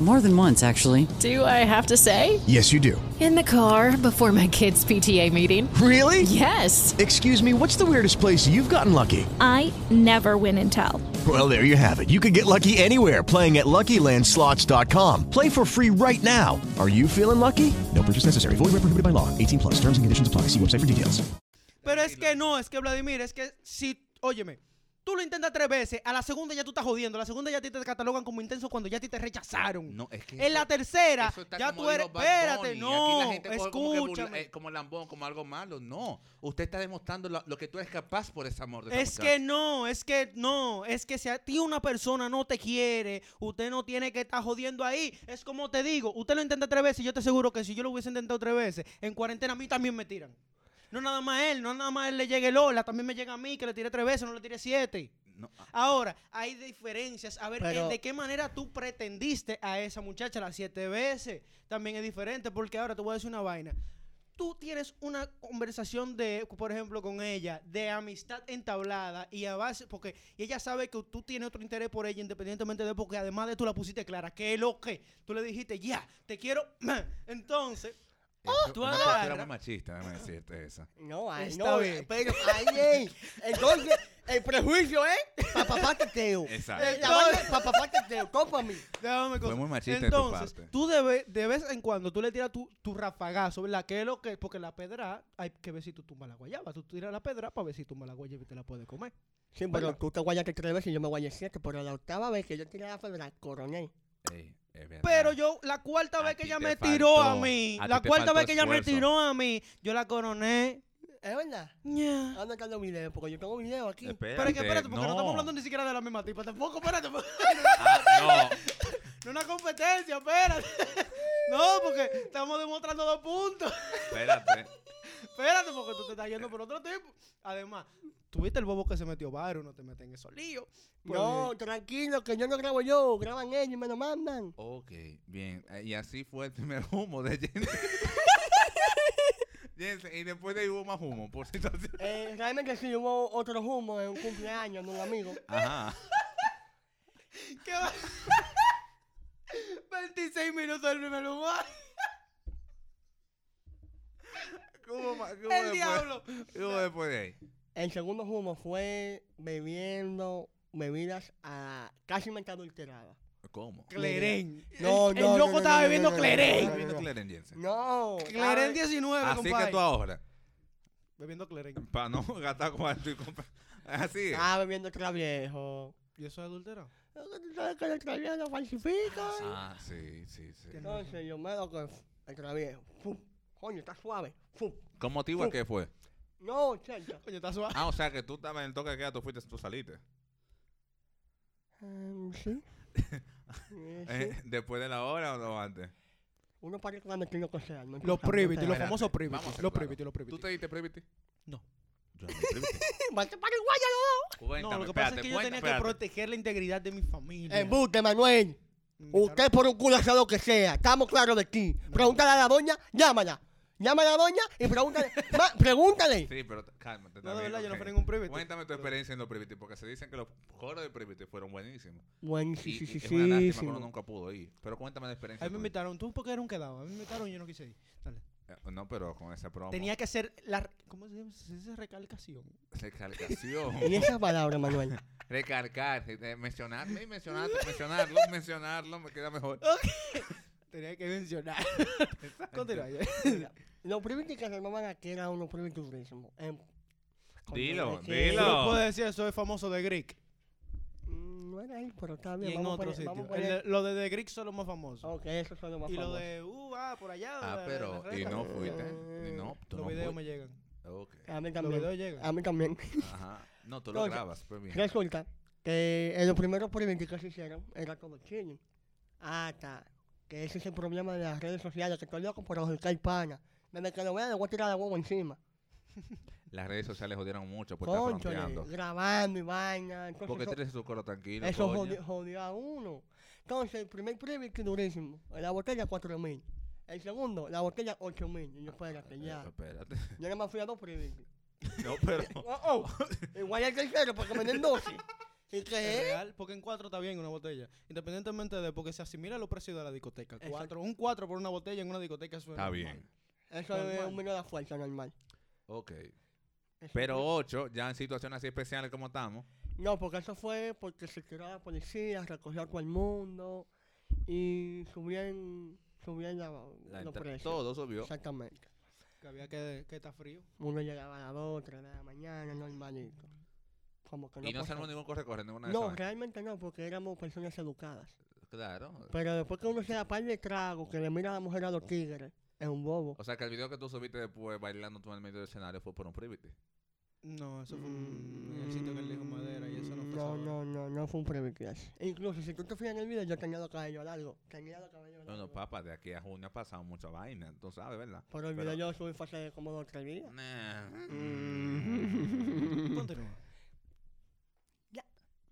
Speaker 4: More than once, actually.
Speaker 5: Do I have to say?
Speaker 6: Yes, you do.
Speaker 5: In the car before my kids' PTA meeting.
Speaker 6: Really?
Speaker 5: Yes!
Speaker 6: Excuse me, what's the weirdest place you've gotten lucky?
Speaker 7: I never win and tell.
Speaker 6: Well, there you have it. You can get lucky anywhere playing at LuckyLandSlots.com. Play for free right now. Are you feeling lucky? No purchase necessary. Void where prohibited by law. 18 plus. Terms and conditions apply. See website for details.
Speaker 1: Pero es que no, es que Vladimir, es que si, óyeme, tú lo intentas tres veces, a la segunda ya tú estás jodiendo, a la segunda ya a ti te catalogan como intenso cuando ya a ti te rechazaron.
Speaker 2: No, es que
Speaker 1: en la
Speaker 2: eso-
Speaker 1: tercera,
Speaker 2: Eso está
Speaker 1: ya
Speaker 2: como
Speaker 1: tú eres,
Speaker 2: dijo Bad
Speaker 1: espérate,
Speaker 2: Bunny.
Speaker 1: no,
Speaker 2: Aquí la gente coge como que burla-
Speaker 1: escúchame.
Speaker 2: eh, como lambón, como algo malo. No. Usted está demostrando lo, lo que tú eres capaz por ese amor. De esa
Speaker 1: Es
Speaker 2: muchacha.
Speaker 1: que no, es que no, es que si a ti una persona no te quiere, usted no tiene que estar jodiendo ahí. Es como te digo, usted lo intenta tres veces y yo te aseguro que si yo lo hubiese intentado tres veces, en cuarentena a mí también me tiran. No nada más él, no nada más él le llegue Lola, también me llega a mí que le tiré tres veces, no le tiré siete.
Speaker 2: No, ah,
Speaker 1: Ahora, hay diferencias. A ver,
Speaker 3: Pero-
Speaker 1: en ¿de qué manera tú pretendiste a esa muchacha las siete veces? También es diferente, porque ahora te voy a decir una vaina. Tú tienes una conversación de, por ejemplo, con ella, de amistad entablada y a base, porque y ella sabe que tú tienes otro interés por ella, independientemente de, porque además de tú la pusiste clara, que es lo que tú le dijiste, ya, te quiero. [clears throat] Entonces,
Speaker 2: Eso-
Speaker 3: tú
Speaker 2: una
Speaker 3: agarras.
Speaker 2: postura muy machista, déjame decirte esa.
Speaker 3: No, ahí
Speaker 1: Está
Speaker 3: no,
Speaker 1: bien.
Speaker 3: pero ahí es. Entonces, el prejuicio es papapá teteo.
Speaker 2: Exacto.
Speaker 3: Eh, La vaina es papapá teteo, cómpame.
Speaker 1: Déjame
Speaker 2: Fue
Speaker 1: con-
Speaker 2: muy machista de tu
Speaker 1: Entonces,
Speaker 2: parte.
Speaker 1: tú de ve- de vez en cuando tú le tiras tu, tu rafagazo, ¿verdad? Que es lo que. Porque la pedra, hay que ver si tú tumbas la guayaba. Tú tiras la pedra para ver si tumbas la guayaba y te la puedes comer.
Speaker 3: Sí, pero tú te guayaste tres veces y yo me guayé siete, pero la octava vez que yo tiré la febra, coroné.
Speaker 2: Ey, es verdad.
Speaker 1: Pero yo, la cuarta
Speaker 2: A
Speaker 1: vez que
Speaker 2: ti
Speaker 1: ella
Speaker 2: te
Speaker 1: me tiró a
Speaker 2: faltó-
Speaker 1: mí,
Speaker 2: a ti
Speaker 1: la
Speaker 2: te
Speaker 1: cuarta
Speaker 2: faltó
Speaker 1: vez que ella me
Speaker 2: esfuerzo.
Speaker 1: tiró a mí, yo la coroné.
Speaker 3: ¿Es verdad?
Speaker 1: Ña.
Speaker 3: ¿Dónde están los videos? Porque yo tengo videos aquí.
Speaker 2: Espérate,
Speaker 1: Pero es que espérate, porque no. estamos hablando ni siquiera de la misma tipa tampoco, espérate. [laughs] porque-
Speaker 2: Ah,
Speaker 1: No es una competencia, espérate. [laughs] No, porque estamos demostrando dos puntos.
Speaker 2: no, espérate.
Speaker 1: Espérate, porque tú te estás yendo por otro tipo. Además, tuviste el bobo que se metió Byron, no te metes en esos líos. Pues,
Speaker 3: No, tranquilo, que yo no grabo yo, graban ellos y me lo mandan.
Speaker 2: Ok, bien. Eh, Y así fue el primer [laughs] humo de Jensen. Jensen, y después de ahí hubo más humo, por situación.
Speaker 3: Eh, realmente sí hubo otro humo en un cumpleaños de un amigo.
Speaker 2: Ajá.
Speaker 1: ¿qué [laughs] va? 26 minutos del primer lugar.
Speaker 2: [laughs] ¿Cómo, ma- cómo
Speaker 1: El
Speaker 2: después-
Speaker 1: diablo.
Speaker 2: ¿Cómo después de ahí?
Speaker 3: El segundo humo fue bebiendo bebidas ah, casi me adulteradas.
Speaker 2: ¿Cómo?
Speaker 1: Cleren.
Speaker 3: No,
Speaker 1: el, El
Speaker 3: no, no,
Speaker 1: loco
Speaker 3: no,
Speaker 1: estaba
Speaker 3: no, no,
Speaker 1: bebiendo
Speaker 3: no, no,
Speaker 1: Cleren.
Speaker 2: ¿Estás viendo Clarence Jensen?
Speaker 3: No.
Speaker 1: Cleren
Speaker 3: ah,
Speaker 1: 19,
Speaker 2: Así
Speaker 1: compadre.
Speaker 2: que tú ahora,
Speaker 1: Bebiendo Cleren.
Speaker 2: para no [laughs] gastar cuarto y comprar. Así. es.
Speaker 3: Estaba bebiendo otra viejo.
Speaker 1: ¿Y eso es adulterado?
Speaker 3: ¿Tú sabes que el traviejo lo falsifica?
Speaker 2: Ah, sí, sí, sí.
Speaker 3: Entonces yo me lo que el traviejo. Fum. Coño, está suave. Fum.
Speaker 2: ¿Con motivo a qué fue?
Speaker 3: No, chacha.
Speaker 1: Coño, está suave.
Speaker 2: Ah, o sea que tú estabas en el toque de queda, tú fuiste, tú saliste.
Speaker 3: Em, sí. [laughs] Eh, sí.
Speaker 2: Eh, ¿Después de la hora o no antes?
Speaker 3: Uno parece que va metiendo cosas. No
Speaker 1: Los privity, los
Speaker 2: Espérate,
Speaker 1: famosos privity.
Speaker 2: vamos a ser
Speaker 1: Los
Speaker 2: claros.
Speaker 1: privity, los privity.
Speaker 2: ¿Tú te diste privity?
Speaker 1: No.
Speaker 2: Yo no me privity.
Speaker 3: ¡Vete para el guaya, no!
Speaker 2: Cuéntame,
Speaker 1: no, lo que pasa
Speaker 2: espérate,
Speaker 1: es que yo
Speaker 2: cuenta-
Speaker 1: tenía que
Speaker 2: espérate.
Speaker 1: proteger la integridad de mi familia.
Speaker 3: Embuste, Manuel.
Speaker 1: Mm,
Speaker 3: Usted por un culo hace lo que sea. Estamos claros de ti. Pregúntale a la doña, llámala. Llama a la doña
Speaker 1: [laughs]
Speaker 3: y pregúntale. Ma, pregúntale.
Speaker 2: Sí, pero t-
Speaker 1: No,
Speaker 2: cálmate.
Speaker 1: de
Speaker 2: también,
Speaker 1: verdad, yo no
Speaker 2: ok.
Speaker 1: fui ningún privity.
Speaker 2: Cuéntame tu experiencia en los privity, porque se dicen que los coros de privity fueron buenísimos.
Speaker 3: Bueno,
Speaker 2: Y-
Speaker 3: sí, sí,
Speaker 2: y
Speaker 3: sí,
Speaker 2: es una
Speaker 3: sí.
Speaker 2: lástima que uno nunca pudo ir. Pero cuéntame la
Speaker 1: A
Speaker 2: experiencia.
Speaker 1: mí me
Speaker 2: tuya.
Speaker 1: invitaron, tú porque era un quedado. A mí me invitaron y yo no quise ir. Dale.
Speaker 2: Eh, No, pero con esa promo.
Speaker 1: Tenía que hacer la. ¿Cómo se llama? ¿Se dice recalcación? [laughs]
Speaker 2: Recalcación.
Speaker 3: En esas palabras, Manuel.
Speaker 2: Recargar. eh, mencionarme y mencionar,
Speaker 1: [laughs]
Speaker 2: mencionarlo, mencionarlo, me queda mejor.
Speaker 1: Tenía que mencionar. Ah, Continúa. ya.
Speaker 3: Los primeros que se llamaban aquí eran unos primeros turismo. Em, como
Speaker 2: Dilo,
Speaker 3: de que-
Speaker 1: Tú no
Speaker 2: dilo.
Speaker 1: puedes decir eso es famoso de Greek.
Speaker 3: Mm, No era ahí, pero está
Speaker 1: Y
Speaker 3: bien.
Speaker 1: en
Speaker 3: vamos a
Speaker 1: otro
Speaker 3: poner- vamos
Speaker 1: sitio.
Speaker 3: a poner-
Speaker 1: El de- lo de The Greek son los más famosos.
Speaker 3: Ok, esos son los más
Speaker 1: Y lo
Speaker 3: famosos.
Speaker 1: de, uh, ah, por allá.
Speaker 2: Ah,
Speaker 1: la- la-
Speaker 2: pero.
Speaker 1: la-
Speaker 2: Y
Speaker 1: la-
Speaker 2: no fuiste. Y no, tú
Speaker 1: ah, Los
Speaker 2: no
Speaker 1: videos me
Speaker 2: fuiste.
Speaker 1: llegan.
Speaker 2: Ok.
Speaker 3: A mí
Speaker 1: Los videos
Speaker 3: también.
Speaker 1: llegan.
Speaker 3: A mí también.
Speaker 1: [laughs]
Speaker 2: Ajá. No, tú lo
Speaker 3: Entonces,
Speaker 2: grabas, pues, pero bien.
Speaker 3: Resulta que en los primeros políticos que se hicieron era todo chile. Hasta que ese es el problema de las redes sociales, que estoy loco por buscar pana. Desde que lo vea le voy a tirar la huevo encima.
Speaker 2: Las redes sociales jodieron mucho por estar
Speaker 3: Conchole,
Speaker 2: Pues fronteando.
Speaker 3: grabando y vaina. Entonces
Speaker 2: Porque
Speaker 3: eso-
Speaker 2: tienes tu coro tranquilo.
Speaker 3: eso
Speaker 2: coño.
Speaker 3: jodió, jodió a uno. Entonces, el primer premio que durísimo. La botella 4 mil. El segundo, la botella 8 mil. Y yo, espérate,
Speaker 2: Eh,
Speaker 3: ya. [laughs]
Speaker 2: Espérate.
Speaker 3: Yo nada más fui a dos premios.
Speaker 2: No, pero.
Speaker 3: [laughs] Oh, oh. Igual el tercero, porque me den 12. ¿Y
Speaker 1: Es
Speaker 3: qué es?
Speaker 1: real, porque en cuatro está bien una botella. Independientemente de, porque se asimila los precios de la discoteca. Cuatro, un cuatro por una botella en una discoteca suena.
Speaker 2: Está
Speaker 1: normal.
Speaker 2: bien.
Speaker 3: Eso es un menú de la fuerza normal.
Speaker 2: Ok.
Speaker 3: Eso
Speaker 2: Pero 8, ya en situaciones así especiales como estamos.
Speaker 3: No, porque eso fue porque se tiró a la policía, recogió a todo el mundo y subían, subían la,
Speaker 2: la
Speaker 3: los
Speaker 2: entra-
Speaker 3: precios.
Speaker 2: todo subió.
Speaker 3: Exactamente.
Speaker 1: Que había que, que está frío.
Speaker 3: Uno llegaba a las 2, 3 de la mañana, normalito. Como que no
Speaker 2: y no se armó
Speaker 3: pasaba.
Speaker 2: ningún corre-corre, ninguna de
Speaker 3: No,
Speaker 2: esas
Speaker 3: realmente no, porque éramos personas educadas.
Speaker 2: vainas. Claro.
Speaker 3: Pero después que uno se da par de trago, que le mira a la mujer a los tigres, es un bobo.
Speaker 2: O sea que el video que tú subiste después bailando tú en el medio del escenario fue por un privity.
Speaker 1: No, eso fue un, en el sitio que le dijo madera y eso no fue
Speaker 2: [laughs]
Speaker 3: No,
Speaker 1: sabor.
Speaker 3: no, no, no fue un privilegio. Incluso si tú te fijas en el video, yo tenía los cabellos largos. Tenía los cabellos largos.
Speaker 2: Bueno, papá, de aquí a junio ha pasado mucha vaina, tú sabes, ¿verdad?
Speaker 3: Pero el video yo subí fue hace como dos o tres
Speaker 2: Mm.
Speaker 3: días.
Speaker 2: Nah.
Speaker 1: Continúa.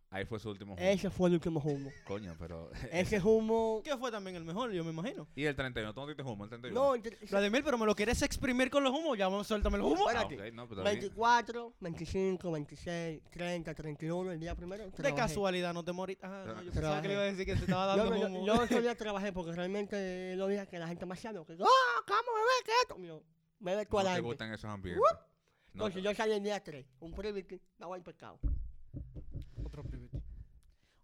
Speaker 2: Ahí fue su último juego.
Speaker 3: Ese fue el último humo.
Speaker 2: Coño,
Speaker 3: [laughs]
Speaker 2: pero. [laughs]
Speaker 3: Ese humo.
Speaker 1: Que fue también el mejor, yo me imagino.
Speaker 2: y el 31, ¿tú no diste humo? El 31.
Speaker 3: No, entre-
Speaker 1: Vladimir, pero me lo quieres exprimir con los humos. Ya, vamos, suéltame los humos.
Speaker 2: Ah,
Speaker 3: espérate.
Speaker 2: ok, no, pero está bien.
Speaker 3: 24, 25, 26, 30, 31, el día primero.
Speaker 1: de
Speaker 3: trabajé.
Speaker 1: casualidad, no te moriste. Ah, no, yo pensaba
Speaker 3: Trabajé.
Speaker 1: que le iba a decir que se estaba
Speaker 3: Yo,
Speaker 1: dando
Speaker 3: no, yo,
Speaker 1: humo.
Speaker 3: yo ese día trabajé porque realmente lo dije que la gente más llama. Que, ¡Oh, cómo me ve que esto! Mío, me ve tú
Speaker 2: No te
Speaker 3: adelante.
Speaker 2: gustan esos ambientes. No,
Speaker 3: Entonces yo salí el día 3, un privity, no voy al pescado.
Speaker 1: Otro privity.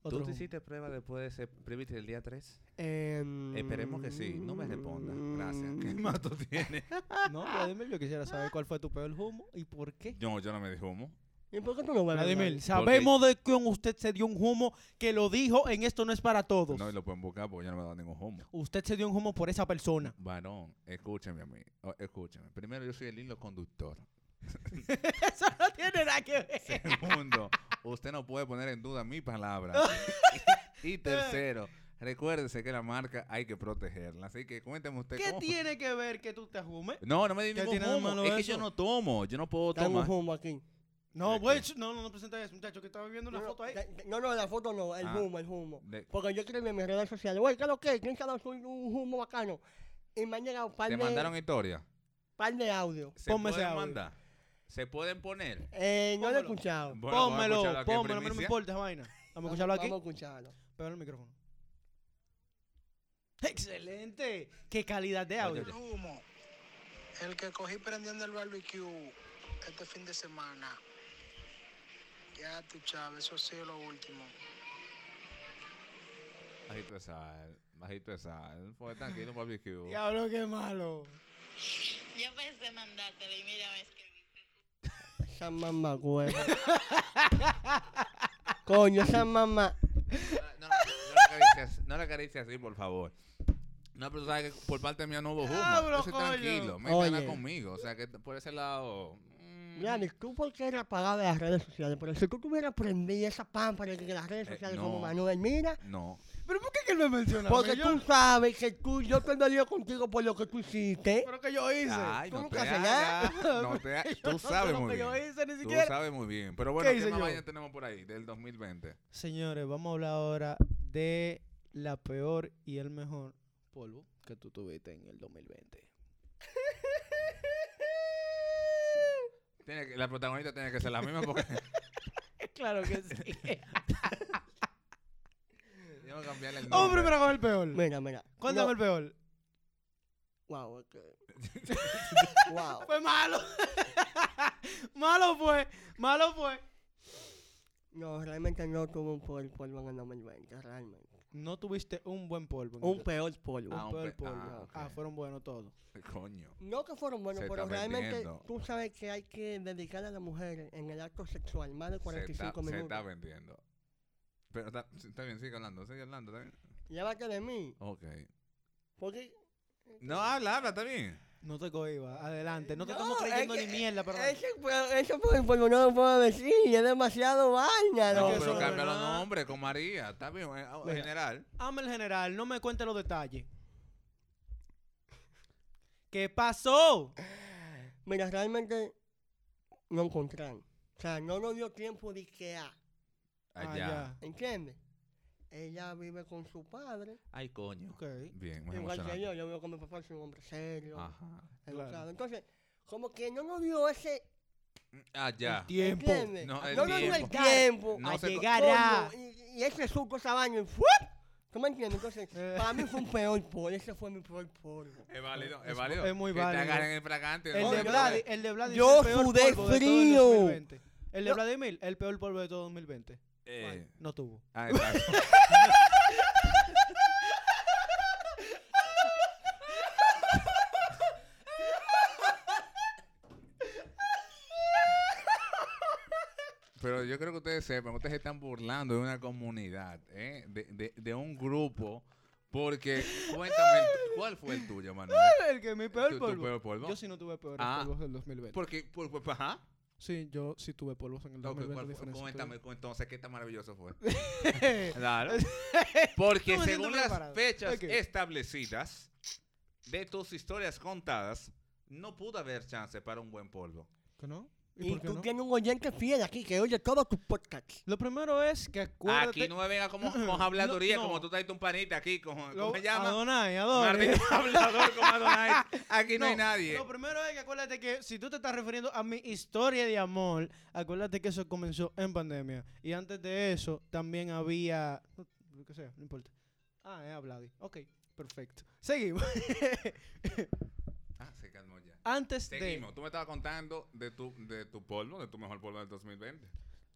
Speaker 1: Otro
Speaker 2: ¿Tú te
Speaker 1: humo.
Speaker 2: hiciste prueba después de ese privity del día 3?
Speaker 3: Em,
Speaker 2: Esperemos que sí. No me respondas.
Speaker 1: Mm.
Speaker 2: Gracias. ¿Qué más tú
Speaker 1: [laughs]
Speaker 2: tienes?
Speaker 1: No, Vladimir, yo quisiera saber cuál fue tu peor humo y por qué.
Speaker 2: No, yo no me di humo.
Speaker 3: ¿Y por qué tú no vuelves?
Speaker 1: Vladimir,
Speaker 3: Vladimir?
Speaker 1: sabemos de que usted se dio un humo que lo dijo en Esto no es para todos.
Speaker 2: No, y lo pueden buscar porque yo no me he dado ningún humo.
Speaker 1: Usted se dio un humo por esa persona.
Speaker 2: Varón, escúchame a mí. o- escúchame. Primero, yo soy el
Speaker 1: [laughs]
Speaker 2: hilo conductor.
Speaker 1: Eso no tiene nada que ver.
Speaker 2: Segundo, usted no puede poner en duda
Speaker 1: [laughs]
Speaker 2: mi palabra. y tercero, recuérdese que la marca hay que protegerla. Así que cuénteme usted
Speaker 1: ¿Qué
Speaker 2: cómo.
Speaker 1: tiene que ver que tú te ajumes?
Speaker 2: No, no me di
Speaker 1: ¿Qué
Speaker 2: ningún
Speaker 1: tiene de
Speaker 2: humo.
Speaker 1: malo
Speaker 2: Es que
Speaker 1: eso?
Speaker 2: yo no tomo. Yo no puedo
Speaker 3: Tengo
Speaker 2: tomar.
Speaker 3: un humo aquí.
Speaker 1: No, pues, no, no, no presenta eso, muchacho, que estaba viendo una
Speaker 3: No,
Speaker 1: foto ahí.
Speaker 3: de- de- No, no, la foto no, el
Speaker 2: Ah.
Speaker 3: humo, el humo.
Speaker 2: De-
Speaker 3: Porque yo escribí en mis redes sociales, güey, ¿qué es lo que? es? ¿Quién se ha dado su- un humo bacano? Y me han llegado un par
Speaker 2: Te
Speaker 3: de,
Speaker 2: mandaron historia.
Speaker 3: par de audio.
Speaker 2: ¿Se
Speaker 1: Ponme ese
Speaker 2: pueden
Speaker 1: audio.
Speaker 2: mandar? ¿Se pueden poner?
Speaker 3: Eh, no lo he
Speaker 1: Pónmelo.
Speaker 3: escuchado.
Speaker 2: Bueno, vamos a
Speaker 1: pónmelo,
Speaker 2: escucharlo aquí en
Speaker 1: pónmelo, a mí no me
Speaker 2: primicia.
Speaker 1: importa esa vaina. Vamos a escucharlo aquí.
Speaker 3: Vamos a escucharlo.
Speaker 1: Pega el micrófono. ¡Excelente! ¡Qué calidad de
Speaker 2: Oye,
Speaker 1: audio!
Speaker 2: oye.
Speaker 8: humo. El que cogí prendiendo el barbecue este fin de semana. Ya tú, Chávez, eso ha sido lo último.
Speaker 2: Bajito de sal. Bajito de sal. Porque tranquilo, un barbecue.
Speaker 1: Diablo, qué malo.
Speaker 9: Yo pensé mandártelo y mira, me escribiste.
Speaker 3: Esa mamá, güey. [laughs] Coño, esa mamá.
Speaker 2: No, no, no la acaricies- no la acaricies así, por favor. No, pero tú sabes que por parte mía no hubo humo.
Speaker 1: Diablo,
Speaker 2: Yo soy
Speaker 1: Ah, coño.
Speaker 2: tranquilo. Métala
Speaker 3: Oye.
Speaker 2: conmigo. O sea, que por ese lado... mm,
Speaker 3: Mira, ni tú porque eres apagado de las redes sociales, pero si tú tuvieras prendido esa pámpara que las redes
Speaker 2: Eh,
Speaker 3: sociales
Speaker 2: no.
Speaker 3: como Manuel, mira,
Speaker 2: No.
Speaker 1: ¿Pero por qué que lo menciona?
Speaker 3: porque tú sabes que tú, yo estoy dolido contigo por lo que tú hiciste.
Speaker 1: ¿Pero que yo hice?
Speaker 2: Ay,
Speaker 3: tú
Speaker 2: no te
Speaker 3: nunca haces nada.
Speaker 2: hagas, no te hagas.
Speaker 1: [laughs] Yo no
Speaker 2: Tú
Speaker 1: sé
Speaker 2: sabes
Speaker 1: lo
Speaker 2: muy
Speaker 1: que yo
Speaker 2: bien.
Speaker 1: hice, ni
Speaker 2: Tú
Speaker 1: siquiera.
Speaker 2: sabes muy bien. Pero bueno, ¿qué,
Speaker 1: hice
Speaker 2: más
Speaker 1: yo?
Speaker 2: vaina tenemos por ahí del 2020?
Speaker 1: Señores, vamos a hablar ahora de la peor y el mejor polvo que tú tuviste en el
Speaker 2: [laughs]
Speaker 1: 2020.
Speaker 2: Tiene que- la protagonista tiene que ser la misma porque [laughs]
Speaker 1: claro que sí.
Speaker 2: yo voy a cambiarle el
Speaker 1: [laughs]
Speaker 2: nombre.
Speaker 1: Hombre, pero con el peor.
Speaker 3: Mira, mira.
Speaker 1: Cuéntame el peor.
Speaker 3: Wow, [laughs] ok. wow.
Speaker 1: Fue malo. [laughs] malo fue. Malo fue.
Speaker 3: No, realmente no tuve un peor polvo en el 2020, realmente.
Speaker 1: No tuviste un buen polvo. en
Speaker 3: Un
Speaker 1: el-
Speaker 3: peor polvo.
Speaker 2: Ah,
Speaker 1: un
Speaker 2: un
Speaker 1: peor
Speaker 2: pe-
Speaker 1: polvo.
Speaker 2: ah, ok.
Speaker 1: Ah, fueron buenos todos.
Speaker 2: Coño.
Speaker 3: No que fueron buenos,
Speaker 2: Se
Speaker 3: pero
Speaker 2: está
Speaker 3: realmente
Speaker 2: vendiendo.
Speaker 3: tú sabes que hay que dedicar a la mujer en el acto sexual más de
Speaker 2: Se está,
Speaker 3: 45
Speaker 2: se está
Speaker 3: minutos.
Speaker 2: vendiendo. Pero está, está bien, sigue hablando, sigue hablando. Está bien.
Speaker 3: Llévate de mí,
Speaker 2: Ok.
Speaker 3: porque
Speaker 2: No, habla, habla, está bien.
Speaker 1: No te cohibas. Adelante. No te estamos
Speaker 3: No, es
Speaker 1: creyendo
Speaker 3: que-
Speaker 1: ni mierda, pero.
Speaker 3: ese, fue- ese fue el polvo, no lo puedo decir, es demasiado vaina,
Speaker 2: No,
Speaker 1: que eso
Speaker 2: pero
Speaker 1: no
Speaker 2: cambia
Speaker 1: es
Speaker 2: los
Speaker 1: nada.
Speaker 2: nombres con María. Está bien, eh, ah,
Speaker 1: Mira.
Speaker 2: general.
Speaker 1: Ama el general, no me cuente los detalles. ¿Qué pasó?
Speaker 3: Mira, realmente no encontraron. O sea, no nos dio tiempo de que a,
Speaker 2: Ah,
Speaker 1: Ah,
Speaker 2: Allá.
Speaker 3: ¿entiendes? Ella vive con su padre,
Speaker 2: Ay, coño.
Speaker 1: Ok.
Speaker 2: Bien, muy
Speaker 3: igual que yo,
Speaker 2: emocionante. Ah,
Speaker 3: yo vivo con mi papá, soy un hombre serio,
Speaker 2: Ajá.
Speaker 3: educado.
Speaker 1: claro.
Speaker 3: Entonces, como que no nos dio ese
Speaker 2: Allá.
Speaker 1: Tiempo.
Speaker 3: ¿Entiendes?
Speaker 2: No,
Speaker 3: No,
Speaker 2: el
Speaker 3: no, no, el
Speaker 2: tiempo.
Speaker 3: tiempo.
Speaker 2: No
Speaker 3: a
Speaker 2: se co-
Speaker 3: llegar
Speaker 1: Llegará.
Speaker 3: a... Y, y ese suco, esa baño, y ¡fuu! ¿Tú me entiendes? Entonces,
Speaker 1: Eh.
Speaker 3: para mí fue un peor polvo. Ese fue mi peor polvo.
Speaker 2: Es válido, es válido.
Speaker 1: es muy
Speaker 2: que
Speaker 1: válido.
Speaker 2: Te agarren el fragante.
Speaker 1: El de
Speaker 2: Oye, pero-
Speaker 1: Vladi, el de Vladi
Speaker 3: Yo
Speaker 1: fue el peor
Speaker 3: sudé
Speaker 1: polvo de todo el
Speaker 3: frío.
Speaker 1: 2020. El de
Speaker 3: Yo-
Speaker 1: Vladimir, el peor polvo de todo 2020.
Speaker 2: Eh,
Speaker 1: No tuvo.
Speaker 2: ah, exacto. Pero yo creo que ustedes sepan, ustedes están burlando de una comunidad, ¿eh? de, de, de un grupo, porque cuéntame, el- ¿cuál fue el tuyo, Manuel?
Speaker 1: El que mi peor
Speaker 2: ¿Tu- tu
Speaker 1: polvo.
Speaker 2: peor polvo?
Speaker 1: Yo sí no tuve peores
Speaker 2: Ah.
Speaker 1: polvos del 2020.
Speaker 2: Porque, por, por- ajá.
Speaker 1: Sí, yo sí tuve polvos en el
Speaker 2: No, que
Speaker 1: 2020.
Speaker 2: cuál fue-
Speaker 1: diferencia
Speaker 2: Cuéntame
Speaker 1: tuya.
Speaker 2: cu- entonces qué tan maravilloso fue.
Speaker 1: [laughs]
Speaker 2: claro. Porque
Speaker 1: Estamos siendo
Speaker 2: según las
Speaker 1: preparados.
Speaker 2: fechas
Speaker 1: Ok.
Speaker 2: establecidas de tus historias contadas, no pudo haber chance para un buen polvo.
Speaker 1: ¿Que no? ¿Y
Speaker 3: Y
Speaker 1: por qué
Speaker 3: tú
Speaker 1: no?
Speaker 3: tienes un oyente fiel aquí que oye todos tus podcasts.
Speaker 1: Lo primero es que acuérdate...
Speaker 2: Aquí no me venga
Speaker 1: [clears throat]
Speaker 2: como con habladuría,
Speaker 1: No, no.
Speaker 2: como tú traes un panita aquí, con, ¿cómo
Speaker 1: Lo- Ah,
Speaker 2: se llama?
Speaker 1: Adonai, Adonai. [laughs]
Speaker 2: Maldito hablador como Adonai. Aquí no, hay nadie.
Speaker 1: Lo primero es que acuérdate que si tú te estás refiriendo a mi historia de amor, acuérdate que eso comenzó en pandemia. Y antes de eso también había. Lo que sea, no importa. Ah, he hablado. Ok, perfecto. Seguimos. [laughs]
Speaker 2: Ah, se calmó ya.
Speaker 1: antes de.
Speaker 2: Seguimos. Tú me estabas contando de tu, de tu polvo, de tu mejor polvo del 2020.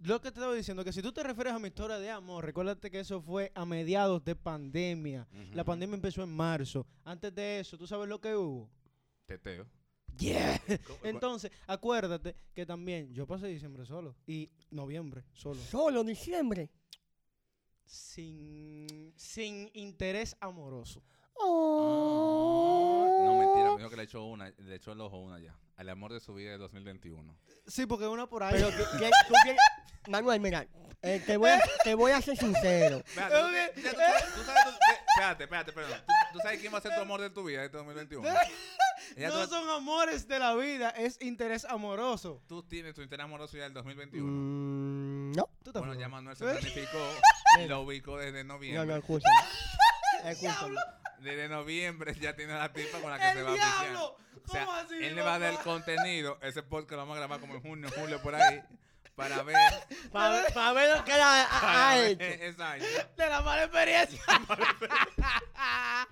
Speaker 1: Lo que te estaba diciendo, que si tú te refieres a mi historia de amor, recuérdate que eso fue a mediados de pandemia. La pandemia empezó en marzo. Antes de eso, ¿tú sabes lo que hubo?
Speaker 2: Teteo.
Speaker 1: Yeah.
Speaker 2: ¿Cómo-
Speaker 1: Entonces, acuérdate que también yo pasé diciembre solo y noviembre solo. [laughs]
Speaker 3: Solo diciembre.
Speaker 1: Sin, sin interés amoroso.
Speaker 2: No, mentira, me dijo que le echó una, le echó el ojo una ya. Al amor de su vida de 2021.
Speaker 1: Sí, porque una por ahí.
Speaker 3: Pero que, que tú tienes... Manuel, mira, eh, te, voy a, te voy a ser sincero.
Speaker 2: Espérate, tú, te- ya tú sabes- tú sabes tu- eh, espérate, espérate, perdón. ¿Tú, tú sabes quién va a ser tu amor de tu vida
Speaker 1: [laughs]
Speaker 2: este 2021? [laughs] Ya
Speaker 1: no
Speaker 2: tú,
Speaker 1: son amores de la vida, es interés amoroso.
Speaker 2: tú tienes tu interés amoroso ya del 2021.
Speaker 3: Mm, no.
Speaker 1: Tú te
Speaker 2: Bueno,
Speaker 1: acuerdas.
Speaker 2: ya Manuel se
Speaker 1: ¿Eh?
Speaker 2: planificó,
Speaker 1: [laughs]
Speaker 2: lo ubicó desde
Speaker 3: No,
Speaker 2: noviembre.
Speaker 3: no, escúchame. Escúchame.
Speaker 2: Desde noviembre ya tiene la tipa con la que
Speaker 1: ¡El
Speaker 2: se va a
Speaker 1: diablo!
Speaker 2: pisear. O sea,
Speaker 1: ¿Cómo así,
Speaker 2: él le va a dar el
Speaker 1: papá?
Speaker 2: contenido. Ese podcast lo vamos a grabar como en junio, julio, por ahí. Para
Speaker 1: [laughs]
Speaker 2: ver.
Speaker 3: Para ver lo que la ha, ha
Speaker 2: para ver- e-,
Speaker 3: hecho.
Speaker 2: Exacto.
Speaker 1: De la mala experiencia. [laughs]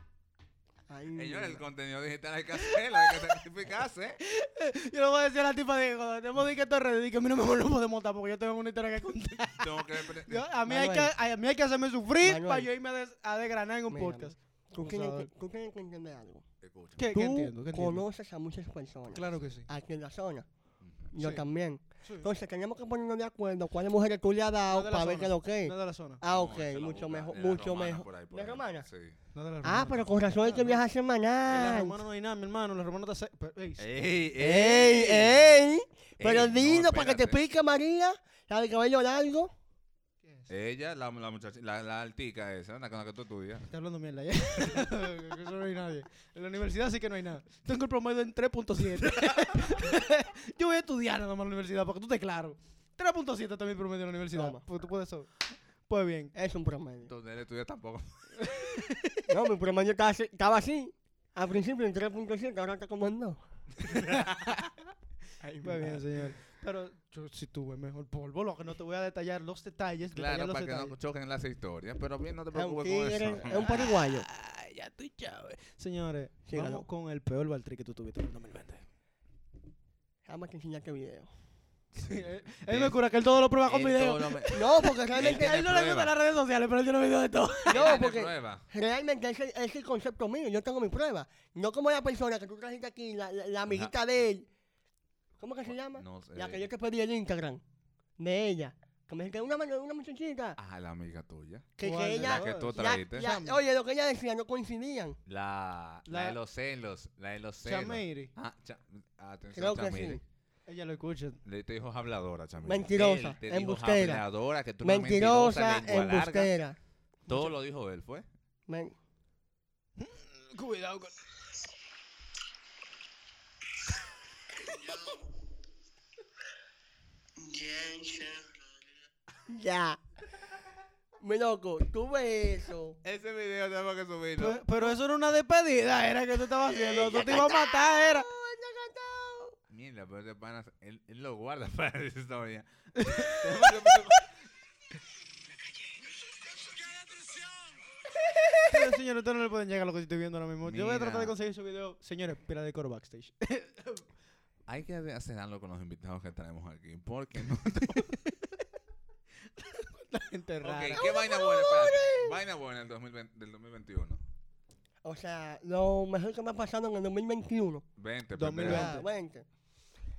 Speaker 3: Ay,
Speaker 2: Señores, el
Speaker 3: mira.
Speaker 2: contenido digital hay que hacerlo, hay
Speaker 1: [laughs]
Speaker 2: que sacrificarse.
Speaker 1: Yo le voy a decir a la tipa, digo, tenemos que estar ready, que a mí no me lo podemos montar porque yo tengo una historia que contar.
Speaker 2: Tengo que.
Speaker 1: Yo- a, mí hay que,
Speaker 3: Manuel.
Speaker 1: a mí hay que hacerme sufrir
Speaker 3: Manuel.
Speaker 1: para yo irme a, des- a desgranar en un
Speaker 3: Mira,
Speaker 1: podcast.
Speaker 3: Tú tienes, que, tú tienes que entender algo.
Speaker 2: Escucha.
Speaker 1: ¿Qué,
Speaker 3: Tú
Speaker 1: qué entiendo? ¿Qué entiendo?
Speaker 3: conoces a muchas personas
Speaker 1: Claro que sí.
Speaker 3: aquí en la zona. Yo
Speaker 1: Sí.
Speaker 3: también.
Speaker 1: Sí.
Speaker 3: Entonces tenemos que ponernos de acuerdo cuáles mujeres tú le has dado
Speaker 1: No de la
Speaker 3: Ah, para ver
Speaker 1: zona,
Speaker 3: qué es lo que es.
Speaker 1: No de la zona.
Speaker 3: Ah,
Speaker 2: No,
Speaker 3: ok,
Speaker 2: esa es la
Speaker 3: mucho
Speaker 2: boca,
Speaker 3: mejor,
Speaker 2: de la
Speaker 3: mucho
Speaker 2: romana,
Speaker 3: mejor.
Speaker 2: por ahí, por
Speaker 3: ¿De
Speaker 2: ahí.
Speaker 3: romana?
Speaker 2: Sí.
Speaker 1: No de la
Speaker 3: Ah,
Speaker 1: romana.
Speaker 3: pero con razón es que
Speaker 1: Claro.
Speaker 3: viaja
Speaker 1: La
Speaker 3: semanal.
Speaker 1: romana no hay nada, mi hermano. La romana está... se- pero, ey,
Speaker 3: Eh.
Speaker 2: ¡Ey,
Speaker 3: ¡Ey, ey! Pero
Speaker 2: no,
Speaker 3: dilo para que te
Speaker 2: espérate.
Speaker 3: pique, María. La de cabello largo.
Speaker 2: Ella, la, la muchacha, la, la altica esa, la con la que tú estudias.
Speaker 1: Está hablando mierda ya. [laughs] Que Eso no hay nadie. En la universidad sí que no hay nada. Tengo el promedio en 3.7. [laughs] Yo voy a estudiar nada más en la universidad para que tú te claro. 3.7 está mi promedio en la universidad.
Speaker 3: Toma.
Speaker 1: Pues tú puedes saber. Pues bien.
Speaker 3: Es un promedio.
Speaker 2: Donde él estudia tampoco. [laughs]
Speaker 3: No, mi promedio estaba así. Estaba así. Al principio en 3.7, ahora está como en 2.
Speaker 1: [laughs] Pues bien, señor. Pero yo sí tuve mejor polvo, lo que no te voy a detallar los detalles. detallar
Speaker 2: Claro,
Speaker 1: los
Speaker 2: para que
Speaker 1: detalles.
Speaker 2: no choquen las historias. Pero bien, no te
Speaker 3: Es un
Speaker 2: preocupes con
Speaker 3: tigre,
Speaker 2: eso.
Speaker 3: es un paraguayo.
Speaker 1: Ah, ya tú sabes. Señores,
Speaker 3: Sí,
Speaker 1: vamos
Speaker 3: ganó.
Speaker 1: con el peor Baltri que tú tuviste en el 2020.
Speaker 3: Vamos a enseñarte video.
Speaker 1: Sí, él, él me cura que él todo lo prueba con
Speaker 2: [laughs] Él
Speaker 1: video.
Speaker 2: todo lo me-
Speaker 3: No, porque
Speaker 2: Él
Speaker 3: realmente.
Speaker 2: tiene
Speaker 1: Él no le
Speaker 2: prueba.
Speaker 1: gustan las redes sociales, pero él tiene video de todo.
Speaker 3: No,
Speaker 2: Él tiene
Speaker 3: porque-
Speaker 2: prueba.
Speaker 3: Realmente ese ese es el concepto mío, yo tengo mi prueba. No como la persona que tú trajiste aquí, la, la- la amiguita de él. ¿Cómo que se llama?
Speaker 2: No eh. sé.
Speaker 3: La que yo te pedí el Instagram de ella. Que me dijiste, una, mano- una muchachita.
Speaker 2: Ah, la amiga tuya.
Speaker 3: Que,
Speaker 1: ¿Cuál?
Speaker 3: que ella.
Speaker 2: La que tú
Speaker 3: la-
Speaker 2: trajiste.
Speaker 3: la- oye, lo que ella decía no coincidían.
Speaker 2: La, la,
Speaker 1: La-
Speaker 2: de los celos. La de los celos.
Speaker 1: Chameiri.
Speaker 2: Ah, cha- atención,
Speaker 3: Creo que
Speaker 2: Chamiri.
Speaker 3: sí.
Speaker 1: Ella lo escucha.
Speaker 2: Le te dijo habladora, Chamiri.
Speaker 3: Mentirosa,
Speaker 2: Él te dijo
Speaker 3: embustera.
Speaker 2: habladora, que tú eras
Speaker 3: Mentirosa,
Speaker 2: lengua larga.
Speaker 3: embustera.
Speaker 2: Todo lo dijo él, ¿fue?
Speaker 3: Men-
Speaker 1: Cuidado con.
Speaker 3: Ya. Mi loco, tuve eso.
Speaker 2: Ese video tenemos que subirlo.
Speaker 1: Pero, pero eso era una despedida, era que tú estabas haciendo. Tú te ibas a matar, era.
Speaker 2: Mierda, pero de panas, él, él lo guarda [laughs] para esa historia. Tenemos que pre-
Speaker 1: Pero señores, ustedes no le pueden llegar a lo que estoy viendo ahora mismo. Yo voy a tratar de
Speaker 2: Mira.
Speaker 1: conseguir su video. Señores, pila de coro backstage. [laughs]
Speaker 2: Hay que hacer algo con los invitados que traemos aquí, porque no.
Speaker 1: Gente rara.
Speaker 2: ok, ¿qué vaina buena? Espérate. Vaina buena del, 2020, del 2021.
Speaker 3: O sea, lo mejor que me ha pasado en el 2021.
Speaker 2: 20,
Speaker 1: 2020.
Speaker 2: pendejo.
Speaker 3: Ah, 20.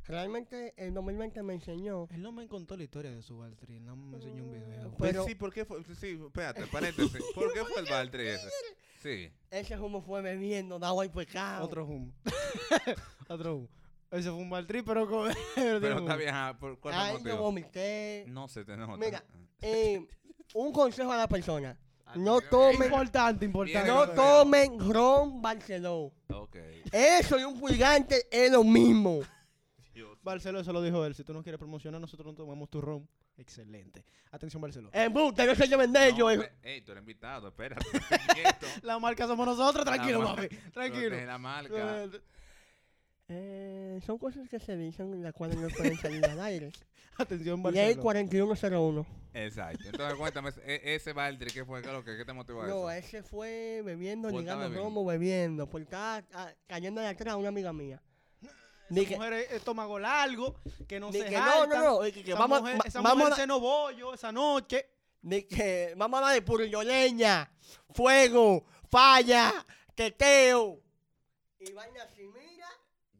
Speaker 3: Realmente el 2020 me enseñó.
Speaker 1: Él no me contó la historia de su Baltri, no me enseñó un video.
Speaker 2: Pues
Speaker 3: Pero-
Speaker 2: sí, ¿por qué fue? Sí, espérate,
Speaker 3: [laughs]
Speaker 2: paréntesis. ¿Por qué fue el Valtteri ese? Sí.
Speaker 3: Ese humo fue bebiendo, pues da agua y pecado.
Speaker 1: Otro humo. [laughs] Otro humo. Ese fue un Baltri, pero con. [laughs] pero tiene
Speaker 2: Pero está
Speaker 1: humo.
Speaker 2: bien, ajá, ¿por cuál fue
Speaker 3: Ahí
Speaker 2: el
Speaker 3: yo
Speaker 2: motivo?
Speaker 3: vomité.
Speaker 2: No se te nota.
Speaker 3: Mira, eh, un consejo a la persona.
Speaker 2: Ah,
Speaker 3: No
Speaker 2: te-
Speaker 3: tomen,
Speaker 1: Importante, importante.
Speaker 3: no
Speaker 2: Bien.
Speaker 3: tomen ron Barceló.
Speaker 2: Ok.
Speaker 3: Eso y un pulgante es lo mismo.
Speaker 2: Dios
Speaker 1: Barceló se lo dijo él. Si tú no quieres promocionar, nosotros no tomamos tu ron. Excelente. Atención, Barceló.
Speaker 3: Eh, Embuste, no se lleven de
Speaker 2: No,
Speaker 3: ellos. hijo.
Speaker 2: pe- Ey, tú eres
Speaker 1: [laughs]
Speaker 2: invitado, espérate. quieto.
Speaker 1: La marca somos nosotros, tranquilo,
Speaker 2: La mar- [laughs]
Speaker 1: papi. Tranquilo.
Speaker 2: Protege la marca.
Speaker 3: Eh, son cosas que se dicen en las cuales no pueden salir al
Speaker 2: [laughs]
Speaker 3: aire.
Speaker 1: Atención,
Speaker 3: Ley
Speaker 1: Barceló.
Speaker 3: 4101.
Speaker 2: Exacto. Entonces, cuéntame, e- ese Baldri, ¿qué fue? ¿Qué, es lo que, qué te motivó a
Speaker 3: No,
Speaker 1: eh.
Speaker 2: eso?
Speaker 3: ese fue bebiendo,
Speaker 2: Por estar
Speaker 3: ligando
Speaker 2: bebiendo.
Speaker 3: romo, bebiendo. Por estar ah, cayendo de atrás a una amiga mía. Ni
Speaker 1: Esas
Speaker 3: que-
Speaker 1: mujeres estómago largo, que no
Speaker 3: Ni
Speaker 1: se
Speaker 3: que no, no,
Speaker 1: jaltan.
Speaker 3: no, y que- que
Speaker 1: Esa
Speaker 3: vamos-
Speaker 1: mujer,
Speaker 3: va-
Speaker 1: esa
Speaker 3: vamos
Speaker 1: mujer
Speaker 3: a la-
Speaker 1: cenó bollo esa noche.
Speaker 3: Ni que vamos a hablar de purulloleña, fuego, falla, teteo. Y vaina si mira.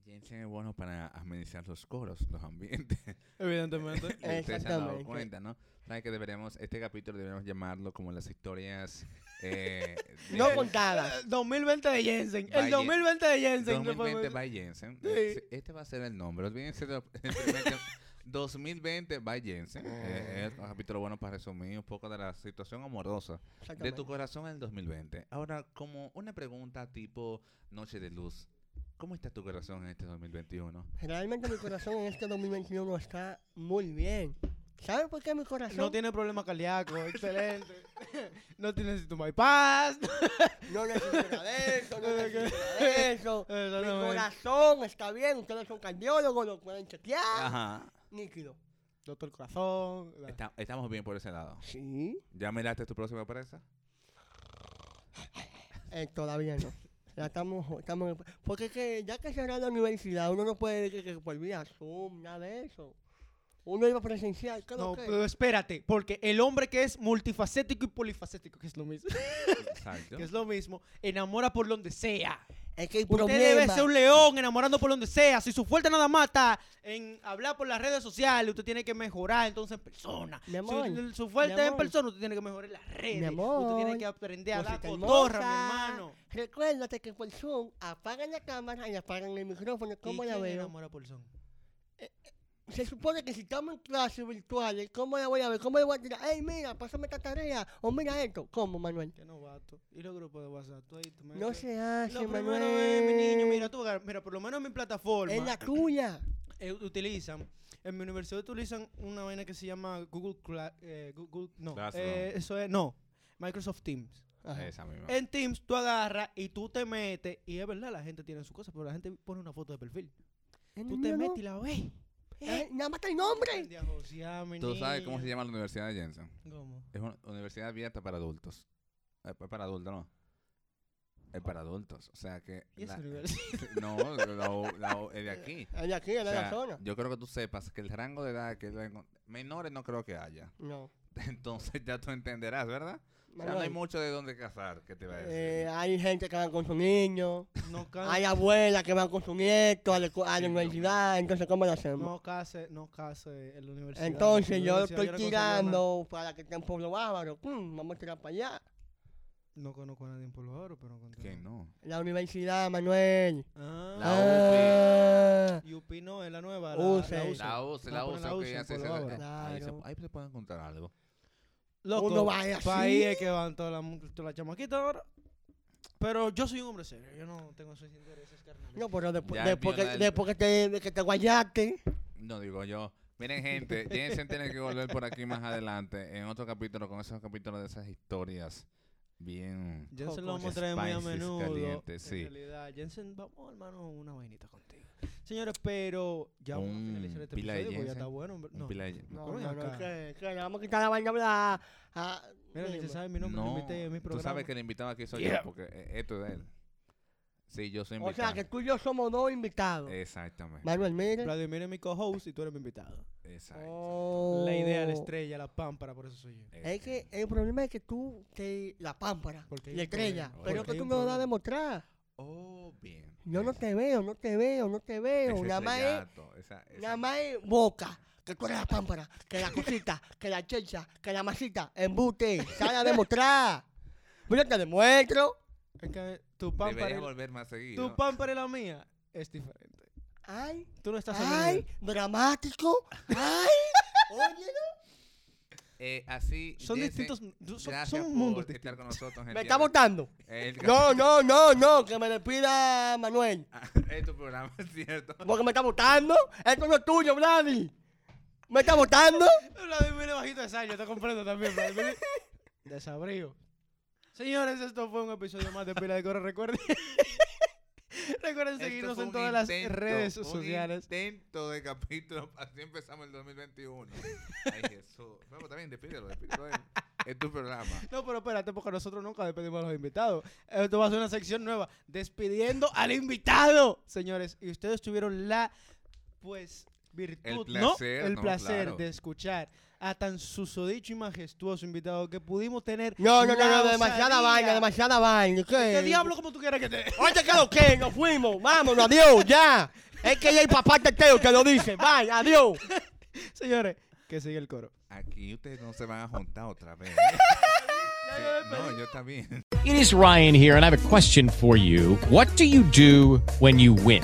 Speaker 2: Jensen es bueno para administrar los coros, los ambientes. [laughs]
Speaker 1: Evidentemente.
Speaker 2: Y Ustedes se han dado
Speaker 3: Exactamente.
Speaker 2: cuenta, ¿no? Saben que deberíamos, este capítulo deberíamos llamarlo como las historias.
Speaker 1: [laughs]
Speaker 2: Eh, de-
Speaker 3: No
Speaker 1: eh,
Speaker 3: contadas.
Speaker 1: 2020 de Jensen.
Speaker 2: Vaya-
Speaker 1: El 2020 de Jensen.
Speaker 2: 2020 by Jensen. Eh, Este va a ser el nombre. Olvídense [laughs] de- simplemente 2020 by Jensen.
Speaker 1: Ah.
Speaker 2: Eh, es un capítulo bueno para resumir un poco de la situación amorosa de tu corazón en el 2020. Ahora, como una pregunta tipo Noche de Luz. ¿Cómo está tu corazón en este 2021?
Speaker 3: Realmente mi corazón en este 2021 está muy bien. ¿Sabes por qué mi corazón?
Speaker 1: No tiene problemas cardíacos. Excelente. [laughs] no tiene tu bypass.
Speaker 3: No necesito nada de eso,
Speaker 2: [laughs]
Speaker 3: no necesito nada de eso. Mi
Speaker 1: Exactamente.
Speaker 3: corazón está bien, ustedes son cardiólogos, lo pueden chequear.
Speaker 2: Ajá.
Speaker 3: Níquido.
Speaker 1: Doctor Corazón. la-
Speaker 2: Está- estamos bien por ese lado.
Speaker 3: Sí.
Speaker 2: ¿Ya miraste tu
Speaker 1: [laughs]
Speaker 2: próxima presa?
Speaker 3: Eh, todavía no. Ya estamos, estamos. Porque es que ya que cerró la universidad, uno no puede que, que por vía Zoom, nada de eso. Uno iba presencial, ¿qué es lo
Speaker 1: No,
Speaker 3: que?
Speaker 1: pero espérate, porque el hombre que es multifacético y polifacético, que es lo mismo,
Speaker 2: Exacto.
Speaker 1: que es lo mismo, enamora por donde sea.
Speaker 3: Es que Pues hay
Speaker 1: Usted debe
Speaker 3: problemas.
Speaker 1: ser un león enamorando por donde sea. Si su fuerte nada mata en hablar por las redes sociales, usted tiene que mejorar entonces en persona.
Speaker 3: Mi amor,
Speaker 1: su, su
Speaker 3: mi
Speaker 1: fuerte en
Speaker 3: amor.
Speaker 1: persona, usted tiene que mejorar en las redes. usted
Speaker 3: amor,
Speaker 1: tiene que aprender a dar
Speaker 3: Cosita
Speaker 1: cotorra, mi
Speaker 3: hermosa.
Speaker 1: hermano.
Speaker 3: Recuérdate que por Zoom apagan la cámara y apagan el micrófono. ¿Cómo
Speaker 1: ¿Y
Speaker 3: la
Speaker 1: quién
Speaker 3: veo?
Speaker 1: enamora por son?
Speaker 3: Se supone que si estamos en clases virtuales, ¿cómo la voy a ver? ¿Cómo le voy a tirar? ¡Ey, mira, pásame esta tarea! O mira esto. ¿Cómo, Manuel?
Speaker 1: Qué novato. ¿Y los grupos de WhatsApp? Tú ahí te
Speaker 3: No
Speaker 1: metes.
Speaker 3: se hace,
Speaker 1: Lo primero
Speaker 3: Manuel.
Speaker 1: es, mi niño, mira, tú, agarra- mira, por lo menos en mi plataforma.
Speaker 3: Es la tuya.
Speaker 1: eh, utilizan, en mi universidad utilizan una vaina que se llama Google, Cla- eh, Google no,
Speaker 2: Classroom. Ah.
Speaker 1: eh, eso es, no, Microsoft Teams.
Speaker 3: Ajá.
Speaker 2: Esa misma.
Speaker 1: En Teams tú agarras y tú te metes, y es verdad, la gente tiene sus cosas, pero la gente pone una foto de perfil.
Speaker 3: El
Speaker 1: Tú te
Speaker 3: mío no.
Speaker 1: metes y la ves.
Speaker 3: Eh, Nada más está el nombre.
Speaker 1: Aprende a josear, mi
Speaker 2: ¿Tú sabes cómo se
Speaker 1: niño.
Speaker 2: llama la Universidad de Jensen?
Speaker 1: ¿Cómo?
Speaker 2: Es una universidad abierta para adultos. Eh, pa- para adultos, no. Es para adultos. O sea que.
Speaker 1: ¿Y
Speaker 2: [laughs]
Speaker 1: esa
Speaker 2: la-
Speaker 1: universidad?
Speaker 2: no, la, o- la o- es
Speaker 1: [laughs]
Speaker 2: de aquí.
Speaker 3: Es de aquí, es
Speaker 2: O
Speaker 3: de
Speaker 2: sea,
Speaker 3: la zona.
Speaker 2: yo creo que tú sepas que el rango de edad que le- menores no creo que haya.
Speaker 3: No.
Speaker 2: [laughs] Entonces ya tú entenderás, ¿verdad? O sea, no hay
Speaker 3: Manuel,
Speaker 2: mucho de dónde cazar, que te va a decir. Ah.
Speaker 3: eh, hay gente que van con su niño, [laughs]
Speaker 1: No
Speaker 3: hay
Speaker 1: case,
Speaker 3: abuelas que van con su nieto a la, escu- a la
Speaker 2: Sí, no. pues,
Speaker 3: universidad, entonces ¿cómo lo hacemos?
Speaker 1: no case, no case en la universidad.
Speaker 3: entonces
Speaker 1: La
Speaker 3: yo
Speaker 1: universidad
Speaker 3: estoy
Speaker 1: no conozco a nadie.
Speaker 3: tirando para que esté en Pueblo Bávaro, mm, vamos a tirar para allá.
Speaker 1: No conozco a nadie en Pueblo Oro, pero
Speaker 3: ah,
Speaker 1: contigo.
Speaker 2: Que no.
Speaker 3: La universidad, Manuel.
Speaker 1: Ah,
Speaker 2: La
Speaker 3: Ah,
Speaker 1: UP no, es la nueva. La,
Speaker 3: Use.
Speaker 1: la
Speaker 3: La
Speaker 1: UCE.
Speaker 2: La UCE,
Speaker 1: Ah, pero
Speaker 2: la UCE,
Speaker 1: la
Speaker 2: ok,
Speaker 1: UCE en
Speaker 2: ya se- se-
Speaker 1: Pueblo
Speaker 2: eh, ahí, se,
Speaker 3: Claro.
Speaker 2: ahí se pueden encontrar algo.
Speaker 1: Loco,
Speaker 3: Uno va así.
Speaker 1: pa' ahí es que van todas las mu- todas las chamaquitas ahora. Pero yo soy un hombre serio, yo no tengo esos intereses carnales.
Speaker 3: no, pero después,
Speaker 2: Ya
Speaker 3: después, que,
Speaker 2: empieza el-
Speaker 3: después que te, de que te guayaste,
Speaker 2: No digo yo. Miren,
Speaker 3: [laughs]
Speaker 2: gente, Jensen tiene que volver por aquí más adelante en otro capítulo con esos capítulos de esas historias bien.
Speaker 1: Jensen
Speaker 3: Con-
Speaker 1: lo
Speaker 3: con
Speaker 1: vamos a traer muy a
Speaker 2: spices
Speaker 1: menudo.
Speaker 2: calientes,
Speaker 1: en
Speaker 2: sí.
Speaker 1: realidad, Jensen, vamos hermano, una vainita contigo. Señores, pero ya vamos a
Speaker 2: Un
Speaker 1: finalizar este
Speaker 2: pila de
Speaker 1: episodio porque ya
Speaker 2: Jensen.
Speaker 1: está bueno. hombre.
Speaker 2: un
Speaker 1: No,
Speaker 2: pila de-
Speaker 3: no,
Speaker 1: Ven
Speaker 3: no, no,
Speaker 1: acá.
Speaker 3: que, que le vamos a quitar la vaina bla- a-
Speaker 1: Mira, ni se
Speaker 3: dime.
Speaker 1: sabe mi nombre, no, invité en mi
Speaker 2: tú
Speaker 1: programa.
Speaker 2: sabes que el invitado aquí soy yo, porque eh, esto es de él. Sí, yo soy
Speaker 3: O
Speaker 2: invitado.
Speaker 3: sea, que tú y yo somos dos invitados.
Speaker 2: Exactamente.
Speaker 3: Manuel, mira.
Speaker 1: Vladimir es mi co-host y tú eres mi invitado.
Speaker 2: Exacto.
Speaker 3: Oh.
Speaker 1: La idea, la estrella, la pámpara, por eso soy yo.
Speaker 3: Es que el problema es que tú te la pámpara,
Speaker 1: Porque hay
Speaker 3: la
Speaker 1: un
Speaker 3: estrella,
Speaker 1: problema,
Speaker 3: pero
Speaker 1: porque
Speaker 3: que
Speaker 1: hay
Speaker 3: tú
Speaker 1: un
Speaker 3: no lo vas a
Speaker 1: problema.
Speaker 3: demostrar.
Speaker 2: Oh, bien.
Speaker 3: Yo no
Speaker 2: Ese-
Speaker 3: te veo, no te veo, no te veo.
Speaker 2: ese
Speaker 3: Nada más es,
Speaker 2: estrellato, esa- esa-
Speaker 3: nada más es boca, que tú eres la pámpara, que la cosita, que la checha, que la masita, embute, sal a demostrar. Pues yo te demuestro.
Speaker 1: Es que tu
Speaker 2: Debería
Speaker 1: pámpara,
Speaker 2: volver más
Speaker 1: y-
Speaker 2: seguido.
Speaker 1: tu pámpara y la mía es diferente.
Speaker 3: Ay,
Speaker 1: Tú no estás en el
Speaker 3: ay,
Speaker 1: nivel.
Speaker 3: dramático, ay, óyelo.
Speaker 2: Eh, así.
Speaker 1: Son
Speaker 2: Jesse,
Speaker 1: distintos- son- son
Speaker 2: gracias
Speaker 1: mundos
Speaker 2: por estar con nosotros. en el día
Speaker 3: Me está
Speaker 2: de-
Speaker 3: votando.
Speaker 2: [laughs] El
Speaker 3: No, no, no, no, que me despida Manuel.
Speaker 2: es tu programa, es cierto.
Speaker 3: Porque me está votando. Esto no es tuyo, Vladi. Me está votando.
Speaker 1: Vladimir es bajito de Sayo, te comprendo también, Vladimir. Desabrío. Señores, esto fue un episodio más de Pila de Coro. Recuerden. Recuerden
Speaker 2: Esto
Speaker 1: seguirnos
Speaker 2: fue
Speaker 1: en
Speaker 2: un
Speaker 1: todas las
Speaker 2: intento,
Speaker 1: redes
Speaker 2: un
Speaker 1: sociales.
Speaker 2: Intento de capítulo. [laughs] Así empezamos el 2021. Ay, Jesús. Bueno, también despídelo, despídelo. él. Es tu programa.
Speaker 1: No, pero espérate, porque nosotros nunca despedimos a los invitados. Esto va a ser una sección nueva. Despidiendo al invitado, señores. Y ustedes tuvieron la, pues, virtud,
Speaker 2: El placer,
Speaker 1: ¿no? El
Speaker 2: no,
Speaker 1: placer
Speaker 2: claro.
Speaker 1: de escuchar a tan susodicho y majestuoso invitado que pudimos tener.
Speaker 3: No, no, no,
Speaker 1: la
Speaker 3: no, demasiada
Speaker 1: osadía.
Speaker 3: vaina, demasiada vaina. ¿Qué
Speaker 1: ¿Qué Este diablo como tú quieras
Speaker 3: [laughs]
Speaker 1: que te...
Speaker 3: Oye, que lo que, nos fuimos. Vámonos, adiós, ya. Es que ya el papá teteo que lo dice. Bye, adiós.
Speaker 1: Señores, que sigue el coro.
Speaker 2: Aquí ustedes no se van a juntar otra
Speaker 1: [laughs]
Speaker 2: vez. Sí, no, yo también.
Speaker 10: It is Ryan here, and I have a question for you. What do you do when you win?